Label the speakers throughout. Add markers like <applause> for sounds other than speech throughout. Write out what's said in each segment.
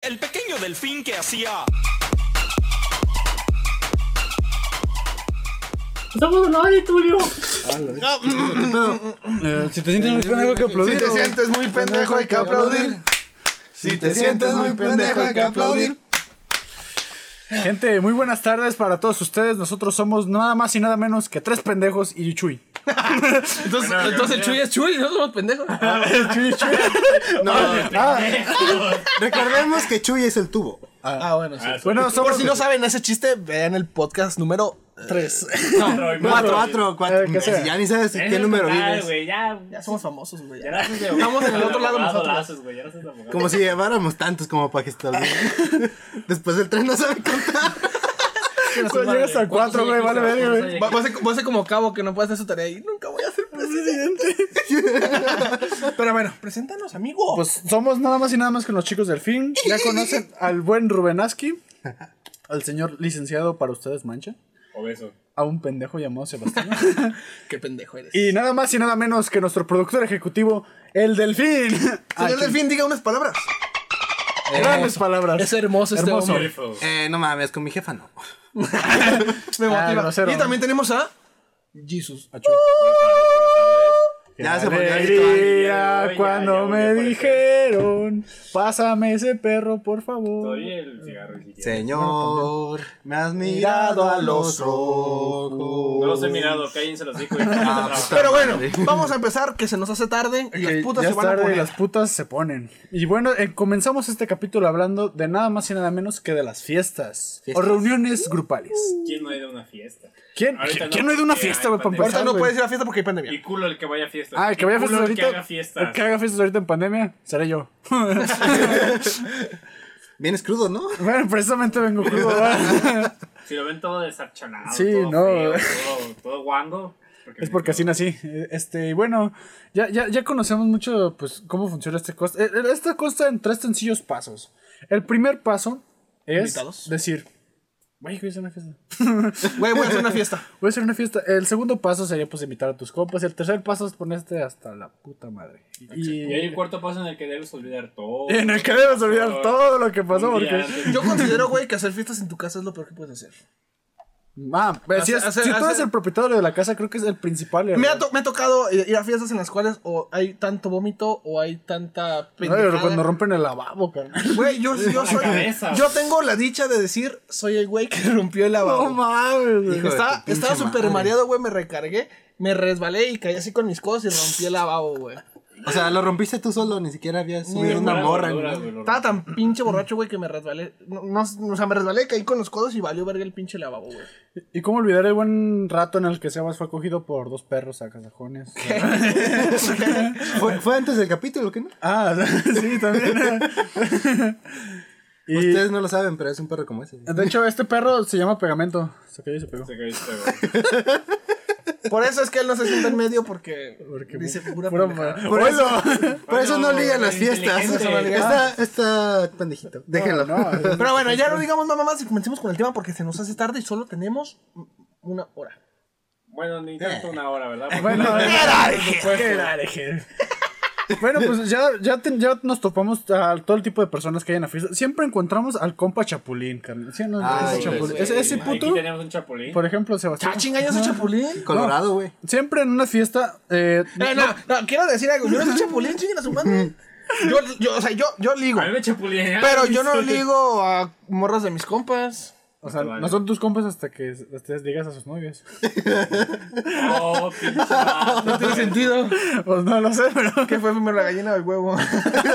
Speaker 1: El pequeño delfín que hacía...
Speaker 2: Estamos al aire, Tulio.
Speaker 3: Eh, si te sientes muy pendejo que
Speaker 4: Si
Speaker 3: aplaudir.
Speaker 4: te
Speaker 3: güey.
Speaker 4: sientes muy pendejo hay que aplaudir. Si te sientes muy pendejo hay que aplaudir.
Speaker 3: Gente, muy buenas tardes para todos ustedes. Nosotros somos nada más y nada menos que tres pendejos y Chuy.
Speaker 5: Entonces, entonces Chuy es Chuy, nosotros somos pendejos.
Speaker 3: Chuy, Chuy.
Speaker 4: No,
Speaker 3: Ah,
Speaker 6: Recordemos que Chuy es el tubo.
Speaker 5: Ah, bueno, sí.
Speaker 3: bueno, somos.
Speaker 5: Por si no saben ese chiste, vean el podcast número 3.
Speaker 6: Cuatro, cuatro, cuatro.
Speaker 3: Eh, ¿qué sea?
Speaker 6: Ya ni sabes qué número vives.
Speaker 7: Ya,
Speaker 5: Ya somos famosos, güey.
Speaker 7: ya no haces de
Speaker 5: Estamos en el
Speaker 7: abogado,
Speaker 5: otro lado
Speaker 7: abogado,
Speaker 5: nosotros.
Speaker 7: lazos, güey, ya no haces de abogado.
Speaker 6: Como si lleváramos tantos como para que esté Después el tren no sabe contar.
Speaker 3: Cuando llegas a cuatro, güey, vale, verga, güey.
Speaker 5: Va, va a ser, va a ser como cabo que no puede hacer su tarea y nunca voy a ser <laughs> presidente. Pero bueno, preséntanos, amigo.
Speaker 3: Pues somos nada más y nada más que los chicos del fin. Ya conocen al buen Rubenaski, al señor licenciado para ustedes, Mancha,
Speaker 7: Obeso.
Speaker 3: a un pendejo llamado Sebastián. <laughs>
Speaker 5: qué pendejo eres.
Speaker 3: Y nada más y nada menos que nuestro productor ejecutivo, el delfín.
Speaker 5: Ah,
Speaker 4: señor delfín, diga unas palabras.
Speaker 3: Grandes palabras.
Speaker 5: Es hermoso este
Speaker 3: Hermoso.
Speaker 5: hombre.
Speaker 6: Eh, no mames, con mi jefa no.
Speaker 5: Me
Speaker 3: Ah,
Speaker 5: motiva.
Speaker 3: grosero.
Speaker 5: y también tenemos a Jesus.
Speaker 6: Ya se volvió a gritar.
Speaker 3: Alegría
Speaker 7: ya, ya,
Speaker 3: cuando
Speaker 7: ya,
Speaker 3: me
Speaker 7: ya, ya,
Speaker 3: dijeron, pásame ese perro, por favor.
Speaker 7: Soy el cigarro. si quieres.
Speaker 6: Señor, me has mirado a los ojos.
Speaker 7: No los he mirado, cállense los hijos.
Speaker 6: Ah, puta
Speaker 5: Pero bueno,
Speaker 6: madre.
Speaker 5: vamos a empezar que se nos hace tarde y
Speaker 3: Que
Speaker 5: las putas
Speaker 3: ya
Speaker 5: se
Speaker 3: es
Speaker 5: van a
Speaker 3: tarde y
Speaker 5: poner.
Speaker 3: las putas se ponen. Y bueno, eh, comenzamos este capítulo hablando de nada más y nada menos que de las fiestas,
Speaker 6: Fiestas.
Speaker 3: o reuniones grupales.
Speaker 7: ¿Quién no ha ido a una fiesta?
Speaker 3: ¿Quién,
Speaker 7: Ahorita
Speaker 3: ¿quién-
Speaker 7: no,
Speaker 3: quién no ha ido a una
Speaker 7: porque
Speaker 3: fiesta,
Speaker 7: hay
Speaker 3: güey, para
Speaker 7: pandemia.
Speaker 3: empezar?
Speaker 5: Ahorita no
Speaker 3: güey?
Speaker 5: puedes ir a la fiesta porque hay pandemia. <laughs>
Speaker 7: Y culo el que vaya a fiestas.
Speaker 3: Ah, el que vaya a
Speaker 7: Y
Speaker 3: fiestas
Speaker 7: culo el
Speaker 3: ahorita.
Speaker 7: que haga fiestas.
Speaker 3: El que haga fiestas ahorita en pandemia, seré yo. <laughs>
Speaker 6: Vienes crudo, ¿no?
Speaker 3: bueno, precisamente vengo crudo.
Speaker 7: <laughs>
Speaker 3: ¿verdad?
Speaker 7: Si lo ven todo desarchonado,
Speaker 3: Sí,
Speaker 7: todo
Speaker 3: no.
Speaker 7: feo, todo, todo guango.
Speaker 3: Es porque así nací. Eh, Este, y bueno, ya, ya, ya conocemos mucho pues cómo funciona este costa. Eh, eh, Esta costa en tres sencillos pasos. El primer paso es
Speaker 5: ¿Invitados?
Speaker 3: decir, güey, voy a hacer una fiesta.
Speaker 5: Güey, voy a hacer una fiesta.
Speaker 3: Voy a hacer una fiesta. El segundo paso sería pues invitar a tus compas. El tercer paso es ponerte hasta la puta madre. Y,
Speaker 7: Y hay un cuarto paso en el que debes olvidar
Speaker 3: <laughs>
Speaker 7: todo.
Speaker 3: en el que debes olvidar todo lo que pasó
Speaker 7: Un día
Speaker 3: porque... <laughs>
Speaker 7: antes.
Speaker 5: Yo considero, güey, que hacer fiestas en tu casa es lo peor que puedes hacer.
Speaker 3: Ah, si, es-
Speaker 5: Hacer-
Speaker 3: si tú eres
Speaker 5: hacer-
Speaker 3: el propietario de la casa, creo que es el principal.
Speaker 5: Me ha,
Speaker 3: error.
Speaker 5: to- me ha tocado eh, ir a fiestas en las cuales o hay tanto vómito o hay tanta
Speaker 3: No,
Speaker 5: pendejada.
Speaker 3: cuando rompen el lavabo, carnal.
Speaker 5: Güey, yo, yo
Speaker 7: La
Speaker 5: soy.
Speaker 7: cabeza.
Speaker 5: Yo tengo la dicha de decir, soy el güey que rompió el lavabo.
Speaker 3: No mames, güey.
Speaker 6: Hijo de
Speaker 5: Estaba-
Speaker 6: tu pinche
Speaker 5: estaba súper
Speaker 6: madre.
Speaker 5: mareado, güey, me recargué, me resbalé y caí así con mis cosas y rompí el lavabo, güey.
Speaker 6: O sea, lo rompiste tú solo, ni siquiera habías subido
Speaker 7: Dura,
Speaker 6: una morra. ni
Speaker 7: dura,
Speaker 6: nada.
Speaker 7: güey, lo-
Speaker 5: Estaba tan pinche borracho, güey, que me resbalé. No, no- o sea, me resbalé, caí con los codos y valió verga el pinche lavabo, güey. <laughs>
Speaker 3: Y cómo olvidar el buen rato en el que Sebas fue acogido por dos perros a casajones.
Speaker 6: Fue, fue antes del capítulo, ¿qué no?
Speaker 3: ah, <laughs> sí, también. y
Speaker 6: Ustedes no lo saben, pero es un perro como ese.
Speaker 3: de hecho, este perro se llama Pegamento. Se cayó y se pegó.
Speaker 7: Se caíste, güey.
Speaker 5: Por eso es que él no se sienta en medio porque,
Speaker 3: Porque
Speaker 5: dice pura,
Speaker 3: pura
Speaker 5: pendejada.
Speaker 3: ma-
Speaker 6: Por
Speaker 3: Oilo.
Speaker 6: eso, <laughs> por eso no ligan las fiestas.
Speaker 7: inteligente.
Speaker 6: Está, está pendejito. Déjenlo.
Speaker 3: No, no,
Speaker 5: Pero bueno, ya no digamos nada más y comencemos con el tema porque se nos hace tarde y solo tenemos m- una hora.
Speaker 7: Bueno, ni tanto una hora, ¿verdad? Porque
Speaker 3: Bueno, eh,
Speaker 7: <laughs> la-
Speaker 3: Bueno, pues ya, ya, ten- ya nos topamos a todo el tipo de personas que hay en la fiesta. Siempre encontramos al compa Chapulín, carnal. ¿Sí o no?
Speaker 6: Ay,
Speaker 3: Ese Chapulín.
Speaker 6: güey.
Speaker 3: Ese, ese puto,
Speaker 7: Pues, Aquí tenemos un chapulín.
Speaker 3: por ejemplo, Sebastián.
Speaker 5: ¡Ah, chinga, yo soy chapulín!
Speaker 6: <laughs> Colorado,
Speaker 5: <laughs>
Speaker 6: güey.
Speaker 3: Siempre en una fiesta. eh,
Speaker 5: Eh, no, no, quiero decir algo. Yo no soy <laughs> chapulín, chinguen a su madre. Yo, yo, o sea, yo, yo ligo.
Speaker 7: A mí
Speaker 3: <laughs>
Speaker 7: me chapulinean.
Speaker 5: Pero yo
Speaker 7: <laughs>
Speaker 5: no ligo a morras de mis compas.
Speaker 3: o sea,
Speaker 7: Vale.
Speaker 3: no son tus compas hasta que ustedes digas a sus novias.
Speaker 7: Oh, pinche madre.
Speaker 5: No tiene sentido.
Speaker 3: Pues no lo sé, pero.
Speaker 5: ¿Qué fue primero la gallina o el huevo?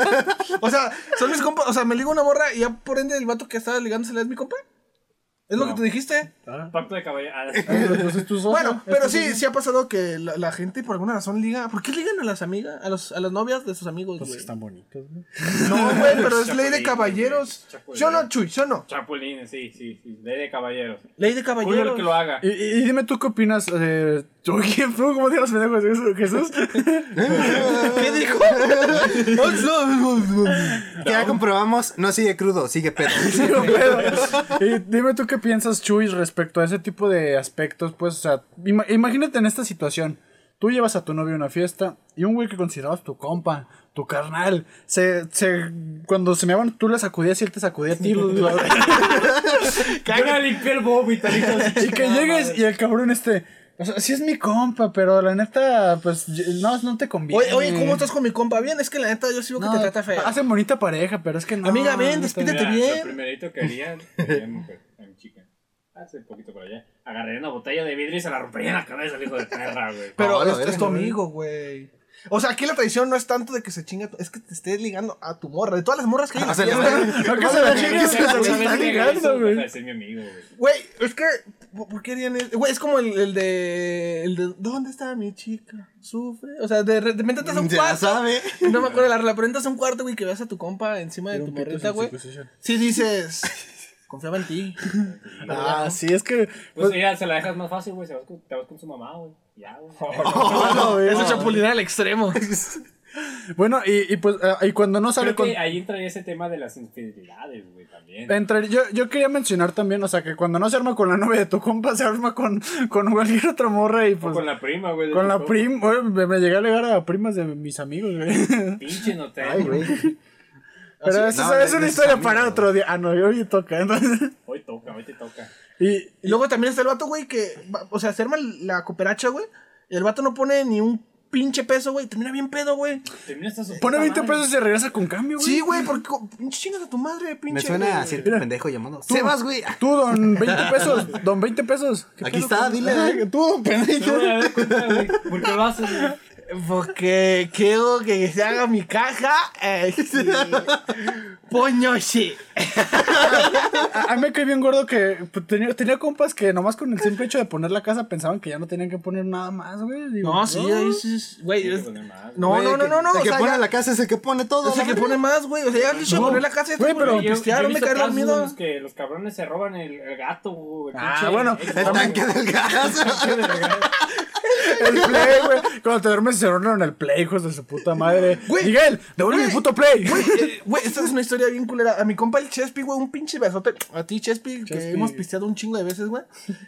Speaker 5: <laughs> o sea, son mis compas. O sea, me ligo una morra y ya por ende el vato que estaba ligándosela es mi compa. ¿Es lo que tú dijiste?
Speaker 7: Pacto de caballero. Ah, <laughs>
Speaker 3: pues,
Speaker 5: Bueno, pero sí, sí ha pasado que la, la gente por alguna razón liga. ¿Por qué ligan a las amigas, a, los, a las novias de sus amigos,
Speaker 3: Pues
Speaker 5: güey?
Speaker 3: están bonitos, güey.
Speaker 5: No, güey, pero es ley de
Speaker 7: Chapulín,
Speaker 5: caballeros.
Speaker 7: güey, chapulín.
Speaker 5: Yo no, Chuy, yo no.
Speaker 7: Chapulines, sí, sí, sí. Ley de caballeros.
Speaker 5: Ley de
Speaker 7: Culo el
Speaker 5: caballeros.
Speaker 7: que lo haga.
Speaker 3: Y, y- y dime tú qué opinas. Eh, ¿Tú quién tú? ¿Cómo te llamas, pendejo? ¿Jesús?
Speaker 5: <laughs>
Speaker 3: ¿Jesús?
Speaker 5: ¿Qué dijo?
Speaker 6: Ya comprobamos, no sigue crudo, sigue
Speaker 5: <laughs>
Speaker 6: pedo.
Speaker 3: No puedo. Y dime tú qué piensas, Chuy, respecto a ese tipo de aspectos. Pues, o sea, ima- imagínate en esta situación. Tú llevas a tu novio a una fiesta y un güey que considerabas tu compa, tu carnal, se, se, cuando se me van, tú le sacudías y él te sacudía a
Speaker 5: <laughs>
Speaker 3: ti. lo- lo-
Speaker 7: Yo no limpié el vómito,
Speaker 3: <laughs>
Speaker 7: hijo de su
Speaker 3: y que
Speaker 7: chingada
Speaker 3: llegues
Speaker 7: madre.
Speaker 3: y el cabrón este, o sea, sí es mi compa, pero la neta, pues y- no, no te conviene.
Speaker 5: Oye, oye, ¿cómo estás con mi compa? Bien, es que la neta yo sigo que
Speaker 3: No,
Speaker 5: te trata feo.
Speaker 3: Hacen bonita pareja, pero es que no.
Speaker 5: Amiga,
Speaker 3: no
Speaker 5: ven,
Speaker 3: te-
Speaker 5: despídete.
Speaker 7: Mira,
Speaker 5: bien.
Speaker 7: Lo primerito que haría,
Speaker 3: <laughs>
Speaker 7: quería mujer, a mi chica. Hace un poquito por allá. Agarraría una botella de vidrio y se la rompería en la cabeza al hijo de perra,
Speaker 3: <laughs>
Speaker 7: güey.
Speaker 5: Pero
Speaker 6: Ah, la
Speaker 5: es, es
Speaker 6: verga,
Speaker 5: tu
Speaker 6: güey.
Speaker 5: amigo, güey. O sea, aquí la traición no es tanto de que se chinga, es que te estés ligando a tu morra. De todas las morras que hay. en la
Speaker 6: se la
Speaker 5: fiesta,
Speaker 3: No, que se la chingue,
Speaker 7: Esa-
Speaker 3: se la
Speaker 7: esa vez
Speaker 3: está
Speaker 7: que
Speaker 3: ligando,
Speaker 7: regreso,
Speaker 3: güey.
Speaker 7: deja de ser mi amigo, güey.
Speaker 5: Güey, es que. ¿Por por qué harían eso? Güey, es como el, el de. El de. ¿Dónde está mi chica? Sufre. O sea, de, re- de repente entras a un
Speaker 6: <laughs> Ya
Speaker 5: cuarto.
Speaker 6: sabe.
Speaker 5: No me acuerdo la regla, pero entras a un cuarto, güey, que veas a tu compa encima de tu morrita, güey. Si dices. Confiaba en <laughs> ti.
Speaker 3: Ah, sí, es que.
Speaker 7: Pues ya se la dejas más fácil, güey. se vas con- Te vas con su mamá, güey.
Speaker 3: <laughs>
Speaker 7: Ya, güey. pues
Speaker 5: Eso es chapulinar al extremo.
Speaker 3: Bueno, y, y pues, ah, y cuando no sale
Speaker 7: Creo
Speaker 3: con.
Speaker 7: que ahí entraría ese tema de las infidelidades, güey, también.
Speaker 3: Entre, yo, yo quería mencionar también, o sea, que cuando no se arma con la novia de tu compa, se arma con, con cualquier otra morra y
Speaker 7: O
Speaker 3: pues.
Speaker 7: con la prima, güey. de
Speaker 3: Con
Speaker 7: tu
Speaker 3: la
Speaker 7: compa. Ah,
Speaker 3: prima, güey, me, me llegué a llegar a primas de mis amigos, güey.
Speaker 7: Pinche no te.
Speaker 6: Ay, güey.
Speaker 3: <laughs> Pero
Speaker 6: sí,
Speaker 3: esa
Speaker 6: no,
Speaker 3: esa
Speaker 6: de-
Speaker 3: es
Speaker 6: de
Speaker 3: una
Speaker 6: sus
Speaker 3: historia
Speaker 6: amigos,
Speaker 3: para
Speaker 6: güey.
Speaker 3: otro día. Ah, no, yo hoy toca. entonces.
Speaker 7: <laughs>
Speaker 3: <laughs>
Speaker 7: Hoy toca, hoy te toca.
Speaker 3: Y
Speaker 5: Y luego también está el vato, güey, que. va- O sea, se arma la cooperacha, güey. Y el vato no pone ni un pinche peso, güey. Termina bien pedo, güey.
Speaker 7: Termina esta su
Speaker 3: pone
Speaker 7: puta
Speaker 3: 20
Speaker 7: madre.
Speaker 3: pesos y se regresa con cambio, güey.
Speaker 5: Sí, güey, porque. co- Pinche chingas a tu madre, pinche.
Speaker 6: Me suena
Speaker 5: güey.
Speaker 6: a cierto pendejo llamando. Sebas,
Speaker 5: <laughs>
Speaker 6: güey.
Speaker 3: Tú, don 20 pesos, don 20 pesos. ¿Qué
Speaker 6: Aquí
Speaker 3: pedo,
Speaker 6: está,
Speaker 3: cabrón?
Speaker 6: dile.
Speaker 3: Ah, Tú, don pendejo.
Speaker 7: No voy a dar cuenta, güey. ¿Por qué lo
Speaker 3: <laughs>
Speaker 7: haces, güey?
Speaker 5: Porque quiero que se haga mi caja. <laughs> Este, poñoshi.
Speaker 3: A, a mí me cae bien gordo que pues, tenía, tenía compas que nomás con el simple hecho de poner la casa pensaban que ya no tenían que poner nada más, güey. Digo,
Speaker 5: No, sí, ahí sí. es- Güey,
Speaker 7: Hay que
Speaker 5: es-
Speaker 7: poner más, güey.
Speaker 5: no, no, no, no, no.
Speaker 6: El
Speaker 5: O
Speaker 6: que
Speaker 5: sea,
Speaker 6: pone
Speaker 5: ya-
Speaker 6: la casa es el que pone todo.
Speaker 5: o sea,
Speaker 6: la
Speaker 5: que
Speaker 6: verga.
Speaker 5: pone más, güey. O sea, ya el dicho de poner la casa.
Speaker 3: Güey, pero-
Speaker 5: pero.
Speaker 7: Yo- yo he
Speaker 5: Cristiano, Pues, me
Speaker 7: visto
Speaker 5: cae
Speaker 7: casos en
Speaker 5: dormido.
Speaker 7: los que los cabrones se roban el, el gato, güey. el
Speaker 3: Ah,
Speaker 7: pinche-
Speaker 3: bueno,
Speaker 7: el-
Speaker 3: el
Speaker 6: <laughs> El tanque del
Speaker 5: <laughs>
Speaker 6: gas.
Speaker 3: El play, güey. Cuando te duermes se rolan el play, hijos de su puta madre.
Speaker 5: Güey.
Speaker 3: Miguel, devuelve mi
Speaker 5: Güey.
Speaker 3: puto play.
Speaker 5: Güey, eh, güey, esta es una historia bien culera. A mi compa el Chespi, güey, un pinche besote. A ti, Chespi, que
Speaker 3: Chespi.
Speaker 5: hemos pisteado un chingo de veces, güey.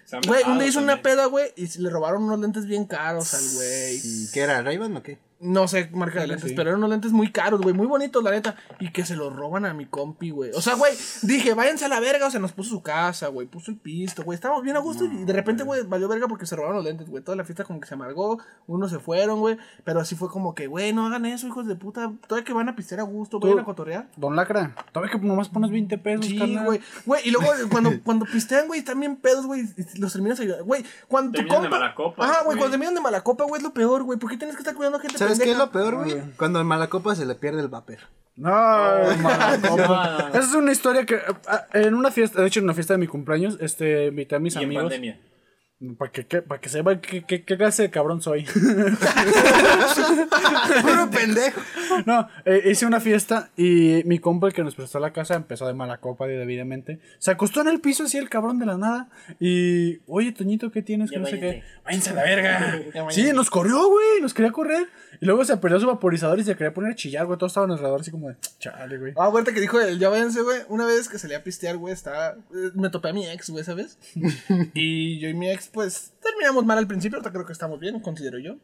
Speaker 7: Se han
Speaker 5: Güey, un
Speaker 7: matado
Speaker 5: día hizo una
Speaker 7: también.
Speaker 5: peda, güey, y se le robaron unos lentes bien caros al güey.
Speaker 6: ¿Y ¿Qué era? ¿Rayban o qué?
Speaker 5: No sé, marca de lentes, pero eran unos lentes muy caros, güey, muy bonitos, la neta. Y que se los roban a mi compi, güey. O sea, güey, dije, váyanse a la verga, o sea, nos puso su casa, güey, puso el pisto, güey. Estábamos bien a gusto y de repente, güey, valió verga porque se robaron los lentes, güey. Toda la fiesta como que se amargó, unos se fueron, güey. Pero así fue como que, güey, no hagan eso, hijos de puta. Todavía que van a pistear a gusto, vayan a cotorrear.
Speaker 3: Don Lacra, todavía que nomás pones 20 pesos,
Speaker 5: Sí,
Speaker 3: carnal?
Speaker 5: güey. Güey,
Speaker 6: <laughs>
Speaker 5: y luego cuando, cuando pistean, güey, están bien pedos, güey. y Los terminas ayudando. Güey, cuando tu
Speaker 7: Terminan de
Speaker 5: compa-
Speaker 7: mala copa,
Speaker 5: Ajá, güey,
Speaker 7: güey.
Speaker 5: cuando terminan de mala copa, güey, es lo peor, güey. ¿Por qué tienes que estar cuidando a gente
Speaker 6: ¿Sabes qué es
Speaker 5: pendeja?
Speaker 6: lo peor, güey? Cuando al Malacopa se le pierde el
Speaker 5: <laughs>
Speaker 6: vapor.
Speaker 3: No, mala copa. Esa es una historia que ah, en una fiesta, de hecho en una fiesta de mi cumpleaños, este, invité a mis
Speaker 7: Y en
Speaker 3: amigos.
Speaker 7: pandemia.
Speaker 3: Para que, que, para que sepan qué, qué, qué clase de cabrón soy. <laughs>
Speaker 6: ¡Puro pendejo!
Speaker 3: No, eh, hice una fiesta y mi compa, el que nos prestó la casa, empezó de mala copa, debidamente. Se acostó en el piso así el cabrón de la nada. Y, oye, Toñito, ¿qué tienes? Que
Speaker 7: Ya
Speaker 3: no sé qué.
Speaker 7: váyanse.
Speaker 3: Váyanse a la verga. sí, nos corrió, güey. Nos quería correr. Y luego se perdió su vaporizador y se quería poner a chillar, güey. Todos estaban alrededor así como de, chale, güey.
Speaker 5: Ah, ahorita que dijo el ya váyanse, güey. Una vez que salí a pistear, güey, estaba. eh, Me topé a mi ex, güey, <laughs> ¿sabes? y yo y mi ex, pues, terminamos mal al principio, ahorita creo que estamos bien, considero yo.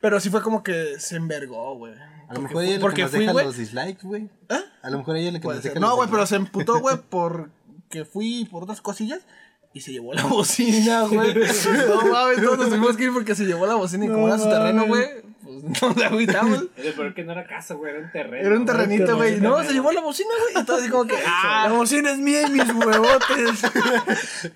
Speaker 5: Pero sí fue como que se envergó, güey.
Speaker 6: A lo mejor ella es la que
Speaker 5: porque
Speaker 6: nos
Speaker 5: fui,
Speaker 6: deja
Speaker 5: güey.
Speaker 6: los dislikes, güey.
Speaker 5: ¿Ah?
Speaker 6: A lo mejor ella es la que
Speaker 5: Puede
Speaker 6: nos
Speaker 5: ser.
Speaker 6: deja
Speaker 5: No,
Speaker 6: los
Speaker 5: güey, pero
Speaker 6: dislikes.
Speaker 5: se emputó, <laughs> güey, porque fui por otras cosillas y se llevó la <laughs> bocina, güey. No mames, todos nos tuvimos que ir porque se llevó la bocina y como era su terreno, güey, pues <laughs> nos agüitamos.
Speaker 7: Es el peor que no era casa, güey, era un terreno.
Speaker 5: Era un
Speaker 7: güey.
Speaker 5: terrenito, güey. No, se
Speaker 7: terreno.
Speaker 5: llevó la bocina, güey. Y todo así <laughs> como que,
Speaker 3: La
Speaker 5: ah,
Speaker 3: bocina es mía y mis huevotes.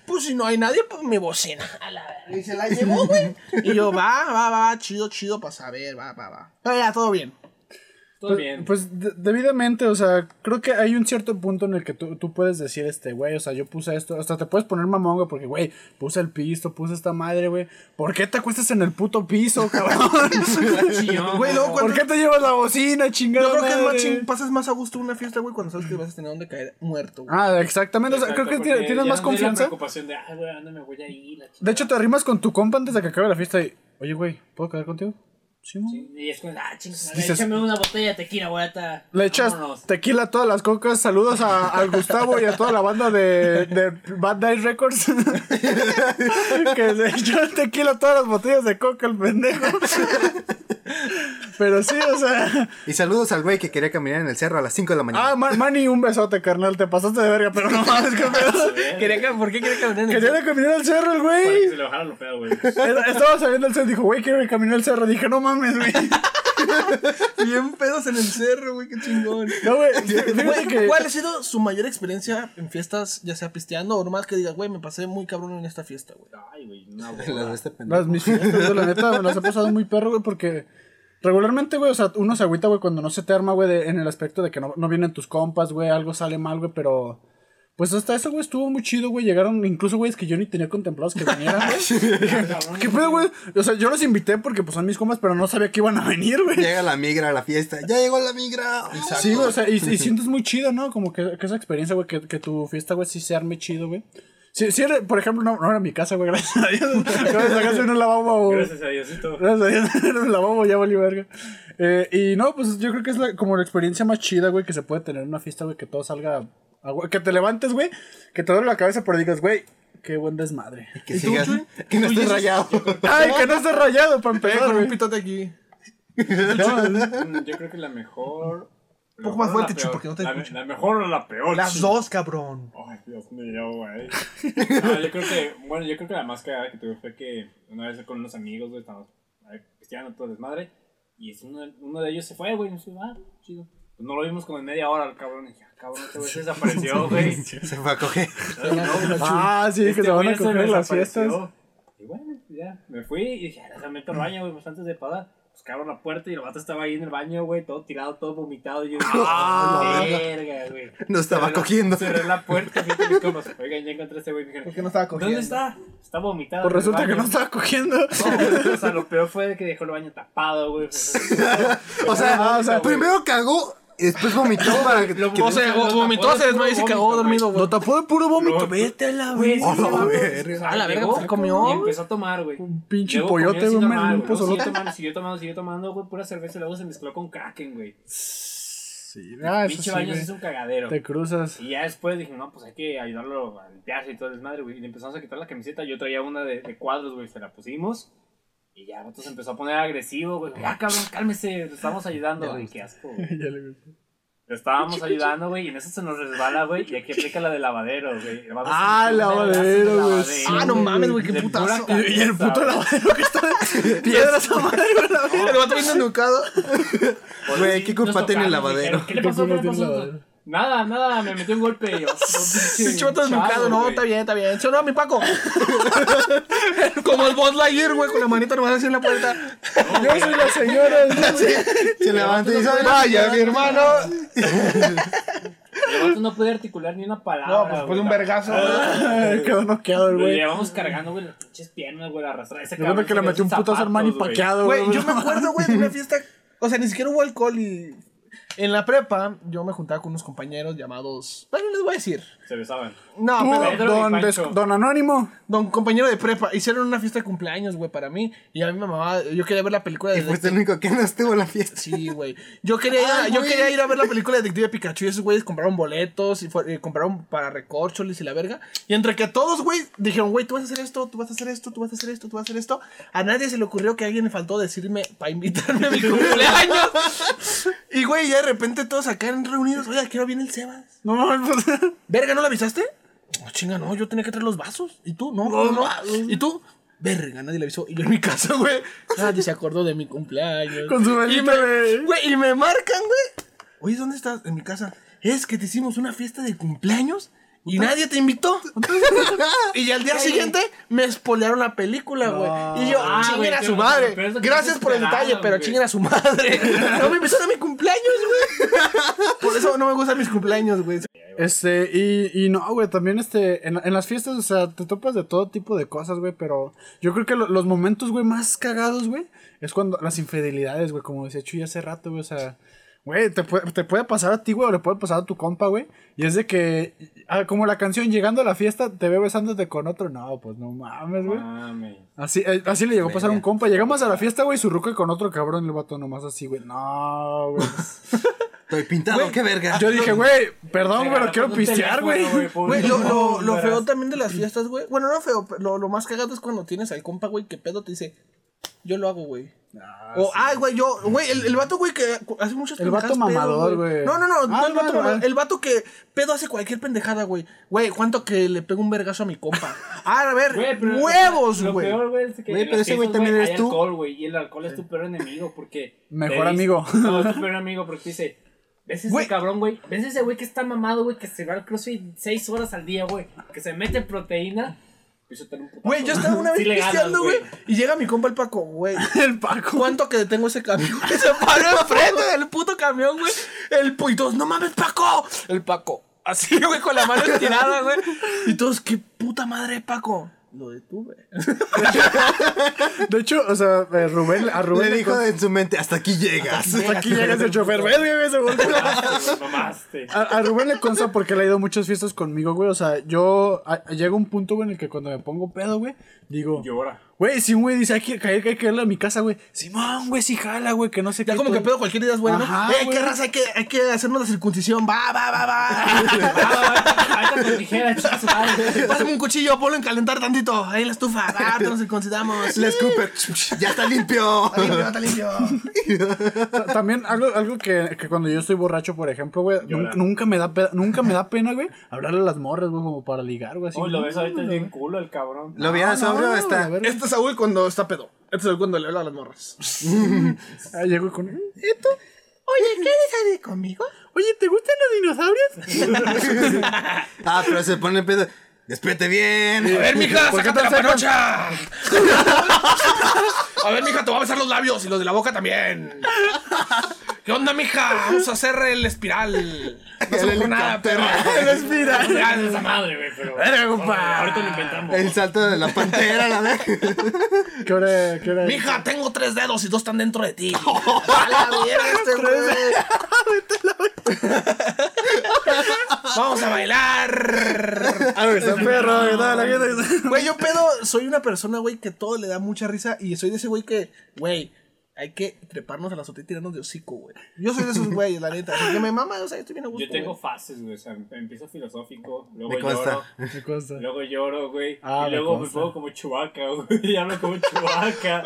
Speaker 5: pues si no hay nadie, pues mi bocina. A la verga. Y se la llevó, güey. Y yo, va, va, va, va, chido, chido, para saber, va, va, va. Pero ya, todo bien.
Speaker 7: Todo bien.
Speaker 3: Pues de- debidamente, o sea, creo que hay un cierto punto en el que tú, tú puedes decir, este, güey, o sea, yo puse esto, hasta te puedes poner mamón, güey, porque, güey, puse el piso, puse esta madre, güey. ¿Por qué te acuestas en el puto
Speaker 7: <laughs>
Speaker 3: piso, cabrón?
Speaker 5: Güey, luego
Speaker 3: ¿Por
Speaker 5: cuando...
Speaker 3: qué te llevas la bocina, chingada?
Speaker 5: Yo creo que es más
Speaker 3: madre?
Speaker 5: ching, pasas más a gusto una fiesta, güey, cuando sabes que vas a tener donde caer muerto, güey.
Speaker 3: Ah, exactamente,
Speaker 5: pues,
Speaker 3: o sea,
Speaker 7: Exacto,
Speaker 3: creo que
Speaker 7: porque
Speaker 3: ti- tienes
Speaker 7: ya
Speaker 3: más
Speaker 7: no tiene
Speaker 3: confianza.
Speaker 7: La preocupación de, ah, güey, ¿a ¿dónde me voy a ir? La
Speaker 3: De hecho, te arrimas con tu compa antes de que acabe la fiesta y, oye, güey, ¿puedo quedar contigo? Sí, mo.
Speaker 7: Sí, Y es como, ah, chingada,
Speaker 3: Dices-
Speaker 7: échame una botella de tequila, barata.
Speaker 3: Le echas
Speaker 7: Vámonos.
Speaker 3: tequila a todas las cocas. Saludos a, al Gustavo y a toda la banda de, de Bad Dice Records. <laughs> que se echó tequila a todas las botellas de coca, el pendejo. Pero sí, o sea.
Speaker 6: Y saludos al güey que quería caminar en el cerro a las 5 de la mañana.
Speaker 3: Ah, Ma- Manny, un besote, carnal. Te pasaste de verga, pero no mames, qué pedo.
Speaker 5: Quería Ah. que- ¿Por qué quería caminar en el
Speaker 3: Quería ir a caminar al cerro, el
Speaker 7: Para que se
Speaker 3: güey.
Speaker 7: le bajara
Speaker 5: <laughs>
Speaker 7: lo pedo, güey.
Speaker 3: Era- Estaba saliendo al cerro y dijo, güey, quiero ir a caminar al cerro. Dije, no mames, güey.
Speaker 5: Bien pedos en el cerro, güey, qué chingón.
Speaker 3: No, güey.
Speaker 5: Güey,
Speaker 3: Fíjate que.
Speaker 5: ¿Cuál ha sido su mayor experiencia en fiestas, ya sea pisteando o nomás que digas, güey, me pasé muy cabrón en esta fiesta, güey?
Speaker 7: Ay, güey, una
Speaker 6: Las
Speaker 7: boda.
Speaker 6: de este pendejo.
Speaker 3: Las mis fiestas, güey, la neta, me las he pasado muy perro, güey, porque regularmente, güey, o sea, uno se agüita, güey, cuando no se te arma, güey, de- en el aspecto de que no, no vienen tus compas, güey, algo sale mal, güey, pero. Pues hasta eso, güey, estuvo muy chido, güey. Llegaron incluso, güey, es que yo ni tenía contemplados que vinieran, güey. Dije, ¿Qué pedo, güey? <laughs> O sea, yo los invité porque, pues, son mis compas, pero no sabía que iban a venir, güey.
Speaker 6: Llega la migra a la fiesta. ¡Ya llegó la migra!
Speaker 3: Sí, güey, o sea, y, y sientes muy chido, ¿no? Como que, que esa experiencia, güey, que, que tu fiesta, güey, sí se arme chido, güey. Si, si era- por ejemplo, no, no era mi casa, güey, <laughs> gracias a Dios. Gracias a Dios, en un lavabo.
Speaker 7: Gracias a Diosito.
Speaker 3: Gracias a Dios, <laughs> era un lavabo, ya valió verga. Eh, y no, pues yo creo que es la- como la experiencia más chida, güey, que se puede tener en una fiesta, güey, que todo salga. a hue- que te levantes, güey, que te duele la cabeza, pero digas, güey, qué buen desmadre.
Speaker 6: Que sigas. <laughs> que no estés <laughs> rayado.
Speaker 3: Ay, que no estés rayado, para
Speaker 5: Pegué
Speaker 3: empezar,
Speaker 5: con un
Speaker 3: güey.
Speaker 5: pitote aquí.
Speaker 7: Mm, Yo creo que la mejor.
Speaker 5: Un poco más
Speaker 7: la
Speaker 5: fuerte,
Speaker 7: peor.
Speaker 5: Chu, porque no te
Speaker 7: la,
Speaker 5: escucho.
Speaker 7: la mejor o la peor.
Speaker 5: Las
Speaker 7: Chu.
Speaker 5: dos, cabrón.
Speaker 7: Ay, Dios
Speaker 3: <laughs>
Speaker 7: mío, güey. No, yo creo que, bueno, yo creo que la más cagada que tuve fue que una vez con unos amigos, güey, estábamos ahí pisteando todo desmadre. Y es uno, de- uno de ellos se fue, güey. Y nosotros, ah, chido. Pues no lo vimos como en media hora, el cabrón. Y dije, ah, cabrón, este güey se
Speaker 3: <laughs>
Speaker 7: desapareció, güey.
Speaker 6: Se fue a coger.
Speaker 3: Ah, sí, que
Speaker 7: Este
Speaker 3: se van
Speaker 7: güey
Speaker 3: a
Speaker 7: se
Speaker 3: coger las
Speaker 7: desapareció.
Speaker 3: fiestas.
Speaker 7: Y bueno, ya, me fui y dije, "Ah, déjame meto al baño, güey, pues antes de pagar. Pues que abro la puerta y el vato estaba ahí en el baño, güey, todo tirado, todo
Speaker 3: <laughs>
Speaker 7: vomitado. Y yo, ¡ah, verga, güey!
Speaker 6: No estaba
Speaker 7: Cerré la-
Speaker 6: cogiendo.
Speaker 7: Cerré la puerta, fui con mis compas.
Speaker 3: <laughs>
Speaker 7: Oigan, ya encontré a este güey. me dijeron,
Speaker 5: ¿Por qué no estaba cogiendo?
Speaker 7: ¿Dónde está? Está vomitado.
Speaker 3: Pues
Speaker 7: en el
Speaker 3: resulta que
Speaker 7: baño".
Speaker 3: no estaba cogiendo.
Speaker 7: No, <laughs> o sea, lo peor fue que dejó el baño
Speaker 3: <laughs>
Speaker 7: tapado, güey.
Speaker 6: O sea,
Speaker 3: Ah, o sea,
Speaker 6: primero cagó y después <laughs> vomitó para que. que-
Speaker 5: O sea, vo- vomitó, se desmayó y se cagó dormido, güey.
Speaker 3: Lo tapó de puro vómito. Vete a la
Speaker 7: "Ah, Güey,
Speaker 3: vez.
Speaker 7: es que ese
Speaker 6: A la verga.
Speaker 7: vato, o sea,
Speaker 5: A la verga,
Speaker 7: llegó
Speaker 5: pues, comió.
Speaker 7: Y empezó a tomar, güey.
Speaker 3: Un pinche
Speaker 7: Luego
Speaker 3: pollote,
Speaker 7: comió así
Speaker 3: un-
Speaker 7: normal,
Speaker 3: un
Speaker 7: güey. Luego
Speaker 3: pozolote.
Speaker 7: Siguió tomando, siguió tomando, siguió tomando, güey, pura cerveza. y Luego se mezcló con Kraken, güey.
Speaker 3: Sí, ah, eso sí,
Speaker 7: Pinche baños
Speaker 3: güey.
Speaker 7: es un cagadero.
Speaker 3: Te
Speaker 7: <laughs>
Speaker 3: cruzas.
Speaker 7: Y ya después dije, no, pues hay que ayudarlo a limpiarse y todo el desmadre, güey. Y le empezamos a quitar la camiseta. Yo traía una de, de cuadros, güey. Se la pusimos. Y ya, entonces empezó a poner agresivo, güey. Ya, cabrón, cálmese. Lo estamos ayudando, güey. Qué asco, güey.
Speaker 3: Ya le-
Speaker 7: Lo estábamos ayudando, güey. Y en eso se nos resbala, güey. Y aquí aplica la de lavadero, güey. El vato se
Speaker 3: Ah,
Speaker 7: metió una
Speaker 3: lavadero,
Speaker 7: de las de
Speaker 3: güey,
Speaker 7: lavadero,
Speaker 3: sí.
Speaker 5: Ah, no mames, güey,
Speaker 7: De
Speaker 5: qué
Speaker 7: pura
Speaker 5: putazo.
Speaker 7: cabeza,
Speaker 3: Y el puto
Speaker 7: güey.
Speaker 3: lavadero que está de
Speaker 7: <laughs>
Speaker 3: piedras a madre, güey, la verga.
Speaker 5: El vato bien educado.
Speaker 7: Pues
Speaker 6: Güey,
Speaker 7: sí,
Speaker 6: ¿qué
Speaker 7: nos
Speaker 6: culpa tiene el
Speaker 7: tocaron,
Speaker 6: lavadero?
Speaker 7: dijeron, ¿Qué le pasó?
Speaker 3: ¿Qué
Speaker 7: ¿Qué le
Speaker 3: culpa tiene el
Speaker 7: pasó?
Speaker 3: lavadero?
Speaker 7: Nada, nada, me metió un golpe. y Yo, pinche
Speaker 5: Pinche vato desnucado. No, está bien, está bien. Sonó a mi Paco. Como el Buzz Lightyear, güey, con la manita nomás así en la puerta.
Speaker 3: Yo soy la señora.
Speaker 6: Se levanta y dice:
Speaker 5: Vaya, mi hermano.
Speaker 7: El vato no puede articular ni una palabra.
Speaker 5: No, pues fue
Speaker 7: güey.
Speaker 5: un vergazo. güey.
Speaker 3: Ay, Quedó noqueado el
Speaker 7: Lo
Speaker 3: güey.
Speaker 7: llevamos cargando, güey, las pinches piernas, güey, la arrastrada. Ese
Speaker 3: Yo creo que le metió un putazo al Manny paqueado, güey.
Speaker 5: Güey, yo me
Speaker 3: <laughs>
Speaker 5: acuerdo, güey, de una fiesta. O sea, ni siquiera hubo alcohol y. En la prepa, yo me juntaba con unos compañeros llamados. Bueno, les voy a decir.
Speaker 7: Se besaban.
Speaker 5: No,
Speaker 3: Tú,
Speaker 5: pero.
Speaker 7: Pedro y
Speaker 3: don,
Speaker 7: Pancho.
Speaker 3: des- don Anónimo.
Speaker 5: Don compañero de prepa, hicieron una fiesta de cumpleaños, güey, para mí. Y a mí me mamaba. Yo quería ver la película de.
Speaker 6: Y fuiste el único que no estuvo en la fiesta.
Speaker 5: Sí, güey. Yo quería, ir a-
Speaker 6: Ay,
Speaker 5: yo
Speaker 6: güey.
Speaker 5: quería ir a ver la película de Detective Pikachu y esos güeyes compraron boletos y fue- eh, compraron para recorcholis y la verga. Y entre que todos, güey, dijeron, güey, tú vas a hacer esto, tú vas a hacer esto, tú vas a hacer esto, tú vas a hacer esto. A nadie se le ocurrió que alguien le faltó decirme para invitarme a mi cumpleaños. y, güey, ya de repente todos acá en reunidos, oye, ¿a qué hora viene el Sebas?
Speaker 3: No mames, pues.
Speaker 5: Verga, ¿no la avisaste? No, chinga, no, yo tenía que traer los vasos. ¿Y tú? No, no, no. ¿Y tú? Verga, nadie le avisó. Y yo en mi casa, güey. Nadie se acordó de mi cumpleaños.
Speaker 3: Con su
Speaker 5: y
Speaker 3: velita
Speaker 5: me,
Speaker 3: de-
Speaker 5: güey, y me marcan, güey. Oye, ¿dónde estás? En mi casa. Es que te hicimos una fiesta de cumpleaños y nadie te <laughs> invitó. y ya al día siguiente me espolearon la película, güey. Y yo,
Speaker 7: Ah,
Speaker 5: chinguen
Speaker 7: güey,
Speaker 5: a
Speaker 7: pero-
Speaker 5: su madre.
Speaker 7: pero eso que
Speaker 5: Gracias
Speaker 7: no
Speaker 5: por el
Speaker 7: esperaban,
Speaker 5: detalle, pero
Speaker 7: güey.
Speaker 5: chinguen a su madre. <laughs> no me invitaron a mi cumpleaños, <laughs> güey. Por eso no me gustan mis cumpleaños, güey.
Speaker 3: Este, y, y no, güey, también este, en, en las fiestas, o sea, te topas de todo tipo de cosas, güey, pero yo creo que lo- los momentos, güey, más cagados, güey, es cuando las infidelidades, güey, como decía Chuy hace rato, güey, o sea, güey, te, puede- te puede pasar a ti, güey, o le puede pasar a tu compa, güey, y es de que ah, como la canción, llegando a la fiesta, te veo besándote con otro. No, pues no mames, güey.
Speaker 7: Mame.
Speaker 3: Así, eh, así le llegó a pasar a un compa. Llegamos a la fiesta, güey, su ruco y con otro cabrón, el vato nomás así, güey. No, güey.
Speaker 6: Estoy pintado, qué verga.
Speaker 3: Yo dije, güey, perdón,
Speaker 7: Me
Speaker 3: pero
Speaker 7: agarró
Speaker 3: quiero
Speaker 7: con un
Speaker 3: pistear, güey.
Speaker 7: teléfono, pobre.
Speaker 5: Güey, lo, lo,
Speaker 7: No,
Speaker 5: lo
Speaker 7: verás.
Speaker 5: feo también de las fiestas, güey. Bueno, no feo, pero lo, lo más cagado es cuando tienes al compa, güey, que pedo te dice, yo lo hago, güey. o, ay, güey, yo, güey, el, el vato, güey, que hace muchas
Speaker 3: El vato
Speaker 5: pendejadas, pedo,
Speaker 3: mamador, güey.
Speaker 5: No, no, no, no
Speaker 3: Ah,
Speaker 5: el
Speaker 3: no,
Speaker 5: vato
Speaker 3: no,
Speaker 5: mamador,
Speaker 3: ah.
Speaker 5: el vato que pedo hace cualquier pendejada, güey. Güey, cuánto que le pego un vergazo a mi compa. Ah, a ver,
Speaker 7: Güey, pero-
Speaker 5: huevos,
Speaker 7: lo
Speaker 5: güey.
Speaker 7: peor, güey, es que
Speaker 6: Güey,
Speaker 7: en
Speaker 6: pero
Speaker 7: las
Speaker 6: ese güey
Speaker 7: fiestas,
Speaker 6: también
Speaker 7: hay
Speaker 6: eres tú.
Speaker 7: alcohol, güey, y el alcohol es tu peor enemigo porque...
Speaker 3: Mejor
Speaker 7: te dice-
Speaker 3: amigo.
Speaker 7: <laughs> No, es tu peor amigo porque te dice... ¿Ves ese
Speaker 5: Güey.
Speaker 7: cabrón, güey? ¿Ves ese güey que está mamado, güey? Que se va al crossfit seis horas al día, güey. Que se mete proteína. Eso te da un putazo,
Speaker 5: Güey, yo estaba <laughs> una vez
Speaker 7: <laughs> Sí le ganas,
Speaker 5: pisteando, güey, y llega mi compa el Paco, <laughs> güey.
Speaker 3: El Paco.
Speaker 5: ¿Cuánto que detengo ese <laughs> camión? Que se paró enfrente del puto camión, güey. El pu- y todos, no mames, Paco. El Paco. Así, <laughs> güey, con la mano estirada, güey. Y todos, qué puta madre, Paco. Lo detuve.
Speaker 3: De hecho, o sea, eh, Rubén, a Rubén
Speaker 6: Le dijo en su mente, hasta aquí llegas. <laughs>
Speaker 3: Hasta aquí llegas el chofer, ves, güey, ves, güey.
Speaker 7: Mamaste, güey, Mamaste.
Speaker 3: A, a Rubén le consta porque él ha ido a muchas fiestas conmigo, güey. O sea, yo a- llega un punto, güey, en el que cuando me pongo pedo, güey, digo,
Speaker 7: Llora.
Speaker 3: güey, si un güey dice hay que caer, que hay que irle a mi casa, güey. Simón, güey, sí jala, güey, que no sé
Speaker 5: Ya
Speaker 3: qué
Speaker 5: como que
Speaker 3: todo".
Speaker 5: pedo cualquier idea es bueno.
Speaker 3: Ajá,
Speaker 5: eh,
Speaker 3: güey.
Speaker 5: qué raza, hay que, hay que hacernos la circuncisión. Va, va, va, va. <laughs>
Speaker 7: Ah, ahorita con tijera, chicas, madre.
Speaker 5: Pásame un cuchillo, ponlo en calentar tantito. Ahí en la estufa. Va, te nos circuncidamos.
Speaker 6: Le escupe, <laughs> ya está limpio.
Speaker 5: Está limpio, está limpio.
Speaker 3: Ta- También algo, algo que, que cuando yo estoy borracho, por ejemplo, güey, nun-
Speaker 7: Llorar.
Speaker 3: nunca me da pena, nunca me da pena, güey, hablarle a las morras, güey, como para ligar, güey. así,
Speaker 7: Uy, lo
Speaker 3: no,
Speaker 7: ves ahorita
Speaker 3: güey,
Speaker 7: bien culo el cabrón.
Speaker 6: Lo vi a sobrio,
Speaker 3: no,
Speaker 6: está.
Speaker 3: la verga.
Speaker 5: <laughs> Este es Saúl cuando está pedo. Este es Saúl cuando le habla a las morras.
Speaker 3: Ah, Llego con. "Eh,
Speaker 5: Oye, ¿quieres salir conmigo?
Speaker 3: Oye, ¿te gustan los dinosaurios?
Speaker 6: Ah, pero se pone pedo. Despete bien.
Speaker 5: A ver, mija,
Speaker 3: ¿Por qué
Speaker 5: sácate la
Speaker 3: te sacas?
Speaker 5: panocha. A ver, mija, te voy a besar los labios y los de la boca también. ¿Qué onda, mija? Vamos a hacer el espiral. No se me ocurre nada, perro.
Speaker 6: helicóptero.
Speaker 5: El espiral.
Speaker 7: Ya, esa madre, güey, pero.
Speaker 5: Verga, compa.
Speaker 7: Ahorita lo inventamos.
Speaker 6: El salto de la pantera, la verga.
Speaker 3: ¿Qué hora, qué hora? es?
Speaker 5: Mija, tengo tres dedos y dos están dentro de <laughs> ti. A la mierda, este <laughs> güey. Vamos a bailar.
Speaker 3: Ah, güey, está perro, güey, no, la gente-
Speaker 5: Güey, yo pedo, soy una persona, güey, que todo le da mucha risa y soy de ese güey que, güey, hay que treparnos a la azotea y tirarnos de hocico, güey. Yo soy de esos güeyes, la neta. Así que me mama, o sea, yo estoy bien a gusto.
Speaker 7: Yo tengo
Speaker 5: güey.
Speaker 7: fases, güey. O sea, empiezo filosófico, luego
Speaker 6: Me consta.
Speaker 7: lloro,
Speaker 3: <laughs> Qué cosa.
Speaker 7: luego lloro, güey.
Speaker 3: Ah,
Speaker 7: y
Speaker 3: me
Speaker 7: luego me
Speaker 3: consta.
Speaker 7: pongo como chubaca, <laughs> güey. Y hablo como chubaca.